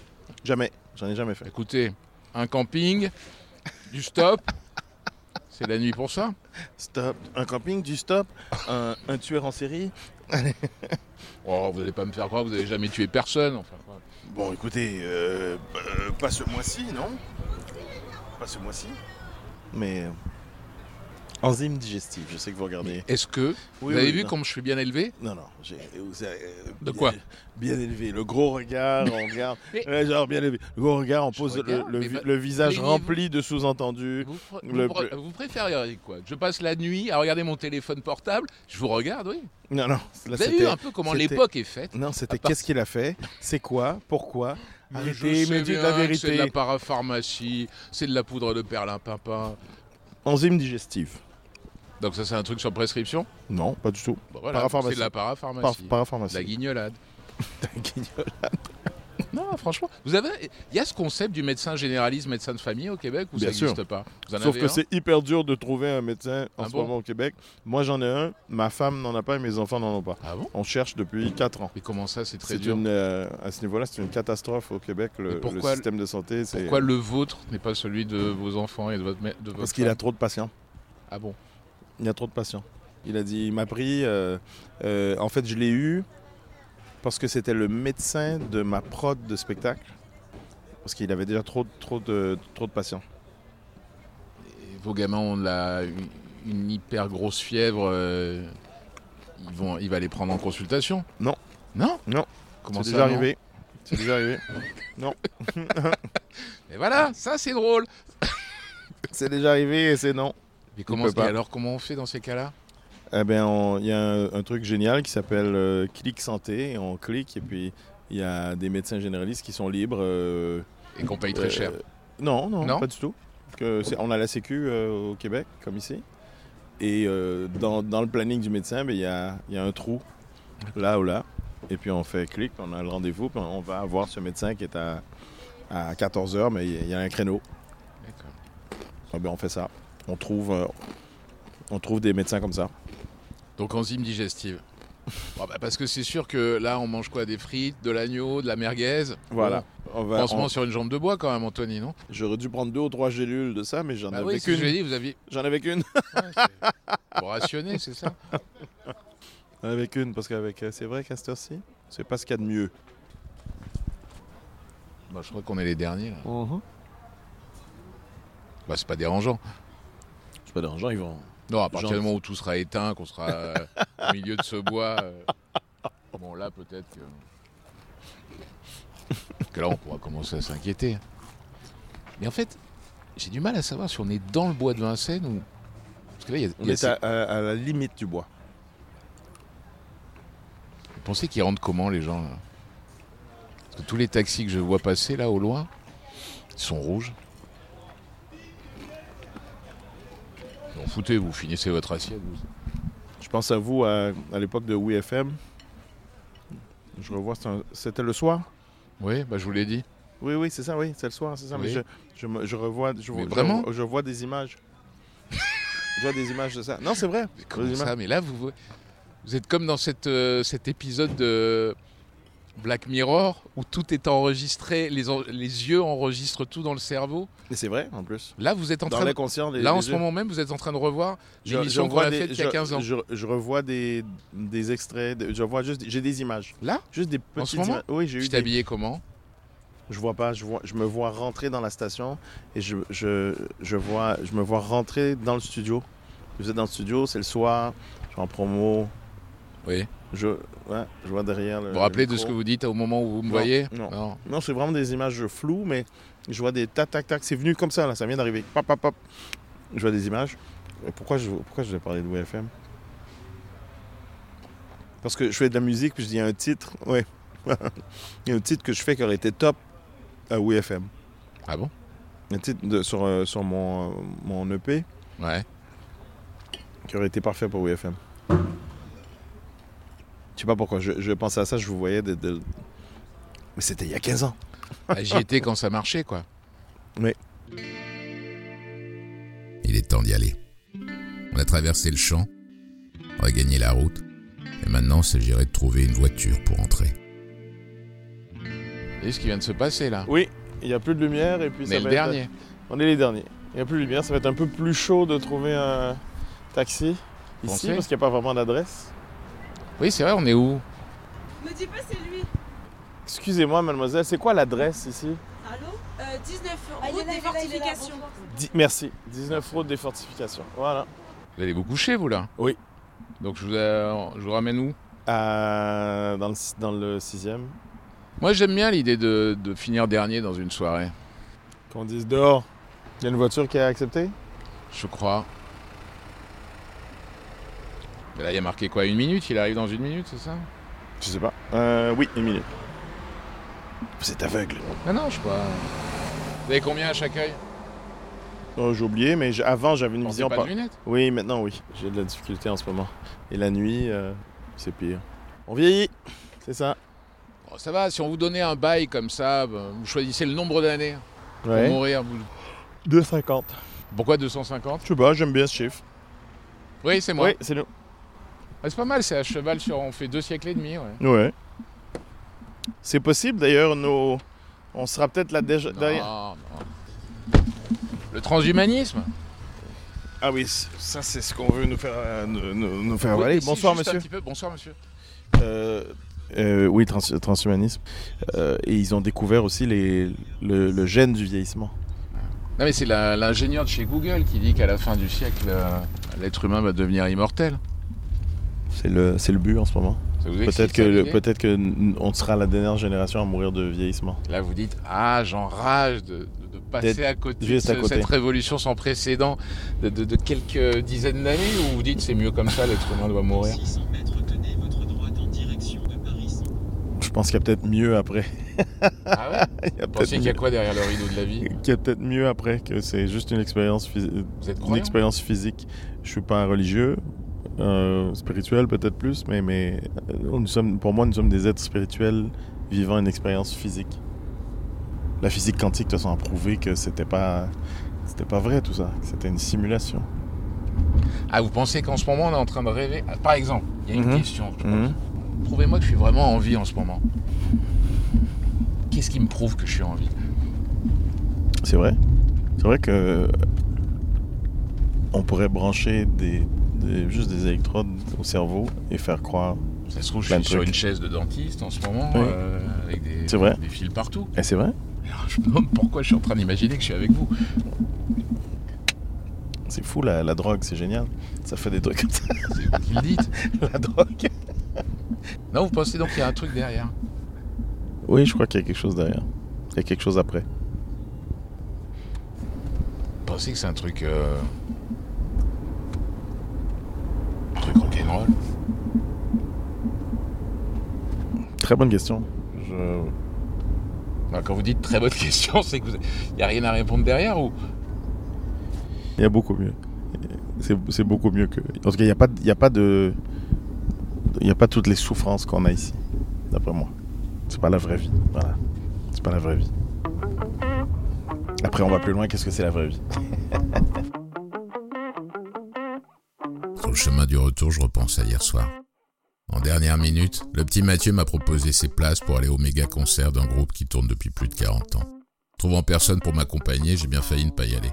Jamais, j'en ai jamais fait. Écoutez, un camping, du stop, c'est la nuit pour ça. Stop, un camping, du stop, un, un tueur en série. Allez. Oh, vous allez pas me faire croire que vous avez jamais tué personne. Enfin, quoi. Bon, écoutez, euh, euh, pas ce mois-ci, non Pas ce mois-ci. Mais euh, enzymes digestives, je sais que vous regardez. Est-ce que Oui, vous avez oui, vu non. comme je suis bien élevé Non, non, j'ai- vous avez, euh, De bien- quoi Bien élevé, le gros regard, on regarde. Mais- euh, genre bien élevé. Le gros regard, on pose le- regarde, le, mais vi- va- le visage mais- mais rempli de sous-entendus. vous, pr- Le vous pr- bleu. vous préféreriez quoi Je passe la nuit à regarder mon téléphone portable, je vous regarde, oui. Non, non. là, vous avez Bah, c'était- vu un peu comment c'était- l'époque est faite Non, c'était qu'est-ce qu'il a fait C'est quoi Pourquoi Mais je Ah, Arrêtez, sais mais dites bien la que C'est vérité. de la parapharmacie, c'est de la poudre de perlimpinpin. Enzymes digestives. Donc ça c'est un truc sur prescription Non, pas du tout. Bon, voilà, Parapharmacie. C'est de la parapharmacie. Par- parapharmacie. La guignolade. Non, franchement, vous avez, il y a ce concept du médecin généraliste, médecin de famille au Québec où Bien ça sûr. n'existe pas. Vous en Sauf avez que un c'est hyper dur de trouver un médecin en Ah ce bon moment au Québec. Moi, j'en ai un. Ma femme n'en a pas et mes enfants n'en ont pas. Ah bon On cherche depuis 4 ans. Mais comment ça, c'est très C'est dur une, euh, à ce niveau-là, c'est une catastrophe au Québec, le, Mais le pourquoi- système de santé. c'est- Pourquoi le vôtre n'est pas celui de vos enfants et de votre mère de votre Parce qu'il a femme trop de patients. Ah bon Il a trop de patients. Il a dit, il m'a pris. euh, euh, en fait, je l'ai eu parce que c'était le médecin de ma prod de spectacle. Parce qu'il avait déjà trop, trop, de, trop de patients. Et Vos gamins ont de la, une, une hyper grosse fièvre. euh, ils vont, il va les prendre en consultation Non. Non Non. Comment C'est ça, déjà non arrivé. C'est déjà arrivé. non. Mais voilà, ça c'est drôle. C'est déjà arrivé et c'est non. Mais Il comment peut et pas. alors comment on fait dans ces cas-là Eh ben, on- il y a un, un truc génial qui s'appelle euh, Click Santé. On clique et puis il y a des médecins généralistes qui sont libres. euh, Et qu'on paye très euh, cher. Non, non, Non pas du tout. Que c'est- on a la Sécu euh, au Québec, comme ici. Et euh, dans, dans le planning du médecin, ben, il y, a, il y a un trou, là ou là. Et puis on fait clic, puis on a le rendez-vous, puis on va voir ce médecin qui est à, à 14h, mais il y a- il y a un créneau. D'accord. Ah ben, on fait ça. On trouve, euh, on trouve des médecins comme ça. Donc enzymes digestives. Bon, bah, parce que c'est sûr que là on mange quoi Des frites, de l'agneau, de la merguez. Voilà. Bon, On va- Pansement Bah, on- sur une jambe de bois quand même, Anthony, non J'aurais dû prendre deux ou trois gélules de ça, mais j'en Bah avais oui, c'est ce que je qu'une. l'ai dit, vous aviez. J'en avais qu'une. Pour rationner, c'est ça J'en avais qu'une, parce qu'avec. euh, C'est vrai qu'à cette heure-ci, c'est pas ce qu'il y a de mieux. Bah, Je crois qu'on est les derniers là. Bah, c'est pas dérangeant. C'est pas dérangeant, ils vont. Non, à partir Genre- du moment où tout sera éteint, qu'on sera euh, au milieu de ce bois. euh, Bon, là peut-être que. Parce que là on pourra commencer à s'inquiéter. Mais en fait, j'ai du mal à savoir si on est dans le bois de Vincennes ou. Parce que là, il y a- On il y a est à, à- à la limite du bois. Vous pensez qu'ils rentrent comment les gens là Parce que tous les taxis que je vois passer là au loin, ils sont rouges. Vous en foutez, vous finissez votre assiette. vous. Je pense à vous à, à l'époque de WeFM. Je revois, c'est un- c'était le soir Oui, bah, je vous l'ai dit. Oui, oui, c'est ça, oui, c'est le soir, c'est ça. Mais Oui. je, je, me- je revois. Je, Mais vois- vraiment je, je vois des images. je vois des images de ça. Non, c'est vrai. Mais Je vois comment des ça images. Mais là, vous, vous êtes comme dans cette, euh, cet épisode de Black Mirror où tout est enregistré, les, en- les yeux enregistrent tout dans le cerveau. Mais c'est vrai, en plus. Là, vous êtes en Dans train de- l'inconscient, les- Là, en les ce yeux. moment même, vous êtes en train de revoir Je- l'émission je qu'on a vois des- faite il y a je- 15 ans. Je, je revois des, des extraits, de- je vois juste, j'ai des images. Là Juste des En ce petites moment images. Oui, j'ai Tu eu t'es des, habillé comment Je vois pas, je, vois, je me vois rentrer dans la station et je, je, je vois, je me vois rentrer dans le studio. Vous êtes dans le studio, c'est le soir, je suis en promo, Oui. je, ouais, je vois derrière le. Vous vous rappelez le de ce que micro. vous dites au moment où vous me Euh, Non, voyez non. Non, c'est vraiment des images floues, mais je vois des tac tac tac. C'est venu comme ça, là, ça vient d'arriver. Pop, pop, pop. Je vois des images. Et pourquoi je, pourquoi je vais parler de WFM Parce que je fais de la musique, puis je dis il y a un titre. Ouais. il y a un titre que je fais qui aurait été top à WFM. Ah bon Un titre de- sur, euh, sur mon, euh, mon EP Ouais. E qui aurait été parfait pour WFM. Je sais pas pourquoi, je, je pensais à ça, je vous voyais de. de- Mais c'était il y a 15 ans. Bah, J'y étais quand ça marchait, quoi. Mais Il est temps d'y aller. On a traversé le champ, on a gagné la route, et maintenant il s'agirait de trouver une voiture pour entrer. Vous voyez ce qui vient de se passer, là Oui, il n'y a plus de lumière et puis On ça est va le être- dernier. On est les derniers. Il n'y a plus de lumière, ça va être un peu plus chaud de trouver un taxi ici Pensez. parce qu'il n'y a pas vraiment d'adresse. Oui, c'est vrai, on est où Me dis pas c'est lui. Excusez-moi mademoiselle, c'est quoi l'adresse ici Allô euh, 19 Ah, il est route là, il des est là, il est là, fortifications. Di- Merci. 19 route des fortifications. Voilà. Vous allez vous coucher, vous, là Oui. Donc, je vous, euh, je vous ramène où Euh, dans, le, si- dans le sixième. Moi, j'aime bien l'idée de, de finir dernier dans une soirée, Qu'on dise dehors. Il y a une voiture qui a accepté je crois. Mais là, il y a marqué quoi Une minute Il arrive dans une minute, c'est ça Je sais pas. Euh, oui, une minute. Vous êtes aveugle. Non, Ah non, je sais pas. Vous avez combien à chaque œil Oh, j'ai oublié, mais j'ai- avant j'avais une Portez vision pas de lunettes Oui, maintenant oui. J'ai de la difficulté en ce moment. Et la nuit, euh, c'est pire. On vieillit, c'est ça. Bon, Oh, Ça va, si on vous donnait un bail comme ça, ben, vous choisissez le nombre d'années pour Ouais. mourir. vous- 2,50. Pourquoi 250 Je sais pas, j'aime bien ce chiffre. Oui, c'est moi. Oui, c'est nous. Ah, c'est pas mal, c'est à cheval sur. On fait deux siècles et demi, ouais. Ouais. C'est possible d'ailleurs, nos... on sera peut-être là déjà. Non, Ah, non. Le transhumanisme Ah oui, c- ça c'est ce qu'on veut nous faire, euh, nous, nous- nous faire Oui, avaler. si, Bonsoir juste un monsieur. petit peu. Bonsoir monsieur. Euh, euh, oui, trans- transhumanisme. Euh, et ils ont découvert aussi les, le, le gène du vieillissement. Non mais c'est la- l'ingénieur de chez Google qui dit qu'à la fin du siècle, euh, l'être humain va devenir immortel. C'est le, c'est le but en ce moment. Ça vous Peut-être excite, que, ça, le- l'idée peut-être que n- on sera la dernière génération à mourir de vieillissement. Là, vous dites Ah, j'enrage de, de- de passer D'être à côté de juste à ce- côté. cette révolution sans précédent de, de- de quelques dizaines d'années Ou vous dites C'est mieux comme ça, l'être humain doit mourir Je pense qu'il y a peut-être mieux après. Ah ouais Il y a Vous pensez peut-être qu'il y a mieux. quoi derrière le rideau de la vie Qu'il y a peut-être mieux après, que c'est juste une expérience, phys- Vous êtes une croyant expérience physique. Je suis pas religieux, euh, spirituel peut-être plus, mais, mais euh, nous sommes, pour moi, nous sommes des êtres spirituels vivant une expérience physique. La physique quantique, de toute façon, a prouvé que c'était pas, c'était pas vrai tout ça, que c'était une simulation. Ah, vous pensez qu'en ce moment, on est en train de rêver Ah, Par exemple, il y a une Mhm. question. Mhm. Prouvez-moi que je suis vraiment en vie en ce moment. Qu'est-ce qui me prouve que je suis en vie C'est vrai. C'est vrai que on pourrait brancher des, des- juste des électrodes au cerveau et faire croire. Ça se trouve, je plein suis de sur trucs. une chaise de dentiste en ce moment, Oui. euh, avec des, C'est vrai. des fils partout. Et Eh, c'est vrai Alors, je me demande pourquoi je suis en train d'imaginer que je suis avec vous. C'est fou la, la drogue, c'est génial. Ça fait des trucs comme ça. C'est vous qui le dites. la drogue. Non, vous pensez donc qu'il y a un truc derrière Oui, je crois qu'il y a quelque chose derrière. Il y a quelque chose après. Vous pensez que c'est un truc. euh, Un truc rock'n'roll Très bonne question. Je... Non, Quand vous dites très bonne question, c'est qu'il n'y a rien à répondre derrière ou Il y a beaucoup mieux. C'est c'est beaucoup mieux que. En tout cas, il n'y a pas, de- il y a pas de. Il n'y a pas toutes les souffrances qu'on a ici, d'après moi. C'est pas la vraie vie. Voilà. C'est pas la vraie vie. Après, on va plus loin. Qu'est-ce que c'est la vraie vie Sur le chemin du retour, je repense à hier soir. En dernière minute, le petit Mathieu m'a proposé ses places pour aller au méga concert d'un groupe qui tourne depuis plus de 40 ans. Trouvant personne pour m'accompagner, j'ai bien failli ne pas y aller.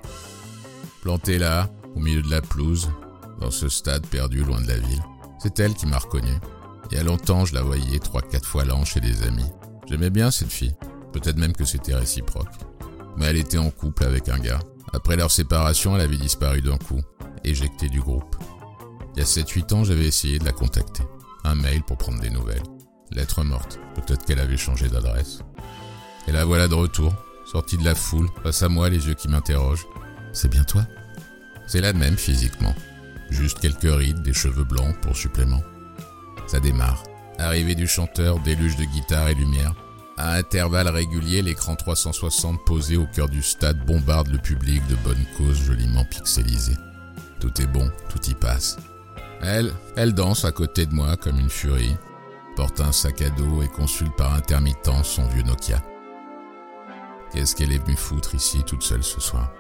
Planté là, au milieu de la pelouse, dans ce stade perdu loin de la ville, c'est elle qui m'a reconnu. Il y a longtemps, je la voyais trois, quatre fois l'an chez des amis. J'aimais bien cette fille. Peut-être même que c'était réciproque. Mais elle était en couple avec un gars. Après leur séparation, elle avait disparu d'un coup, éjectée du groupe. Il y a 7-8 ans, j'avais essayé de la contacter. Un mail pour prendre des nouvelles. Lettre morte. Peut-être qu'elle avait changé d'adresse. Et la voilà de retour, sortie de la foule, face à moi, les yeux qui m'interrogent. C'est bien toi C'est la même physiquement. Juste quelques rides, des cheveux blancs pour supplément. Ça démarre. Arrivée du chanteur, déluge de guitare et lumière. À intervalles réguliers, l'écran 360 posé au cœur du stade bombarde le public de bonnes causes joliment pixelisées. Tout est bon, tout y passe. Elle, elle danse à côté de moi comme une furie, porte un sac à dos et consulte par intermittence son vieux Nokia. Qu'est-ce qu'elle est venue foutre ici toute seule ce soir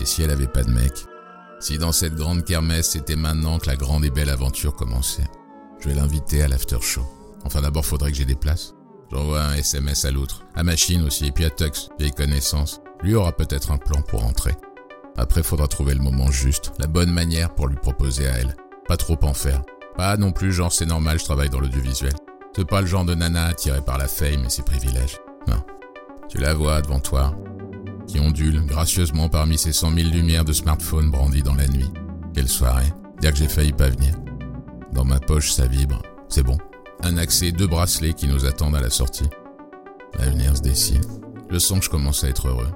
Et si elle avait pas de mec Si dans cette grande kermesse c'était maintenant que la grande et belle aventure commençait Je vais l'inviter à l'after show. Enfin d'abord faudrait que j'ai des places. J'envoie un SMS à l'autre, à Machine aussi, et puis à Tux, vieille connaissance. Lui aura peut-être un plan pour rentrer. Après, faudra trouver le moment juste, la bonne manière pour lui proposer à elle. Pas trop en faire. Pas non plus genre c'est normal, je travaille dans l'audiovisuel. C'est pas le genre de nana attirée par la fame et ses privilèges. Non. Tu la vois devant toi, qui ondule gracieusement parmi ces cent mille lumières de smartphone brandies dans la nuit. Quelle soirée. Dire que j'ai failli pas venir. Dans ma poche, ça vibre. C'est bon. Un accès, deux bracelets qui nous attendent à la sortie. L'avenir se dessine. Je sens que je commence à être heureux.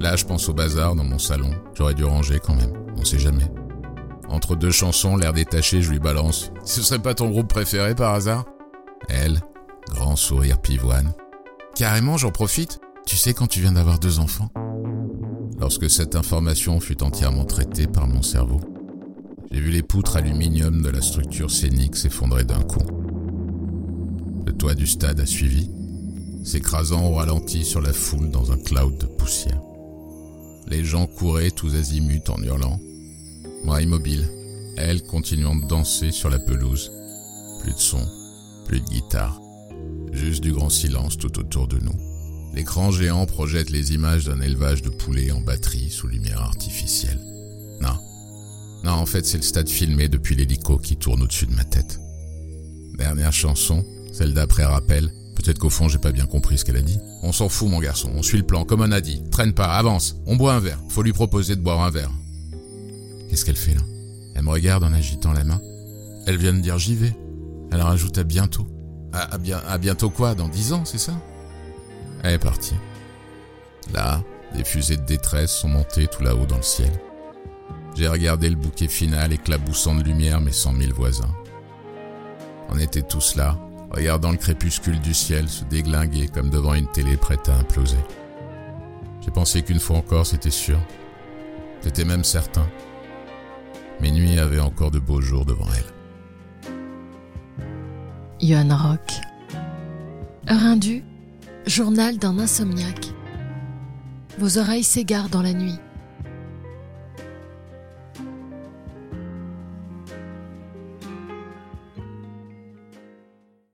Là, je pense au bazar dans mon salon. J'aurais dû ranger quand même. On sait jamais. Entre deux chansons, l'air détaché, je lui balance. Ce serait pas ton groupe préféré par hasard Elle, grand sourire pivoine. Carrément, j'en profite. Tu sais quand tu viens d'avoir deux enfants Lorsque cette information fut entièrement traitée par mon cerveau, j'ai vu les poutres aluminium de la structure scénique s'effondrer d'un coup. Le toit du stade a suivi, s'écrasant au ralenti sur la foule dans un cloud de poussière. Les gens couraient tous azimuts en hurlant. Moi immobile, elle continuant de danser sur la pelouse. Plus de son, plus de guitare. Juste du grand silence tout autour de nous. L'écran géant projette les images d'un élevage de poulets en batterie sous lumière artificielle. Non. Non, en fait, c'est le stade filmé depuis l'hélico qui tourne au-dessus de ma tête. Dernière chanson, celle d'après rappel, Peut-être qu'au fond, j'ai pas bien compris ce qu'elle a dit. On s'en fout, mon garçon. On suit le plan, comme on a dit. Traîne pas, avance. On boit un verre. Faut lui proposer de boire un verre. Qu'est-ce qu'elle fait là Elle me regarde en agitant la main. Elle vient de dire j'y vais. Elle rajoute à bientôt. À, à bien, à bientôt quoi Dans dix ans, c'est ça Elle est partie. Là, des fusées de détresse sont montées tout là-haut dans le ciel. J'ai regardé le bouquet final éclaboussant de lumière mes cent mille voisins. On était tous là, regardant le crépuscule du ciel se déglinguer comme devant une télé prête à imploser. J'ai pensé qu'une fois encore, c'était sûr. J'étais même certain. Mes nuits avaient encore de beaux jours devant elle. Johan Rock. Rindu, journal d'un insomniaque. Vos oreilles s'égarent dans la nuit.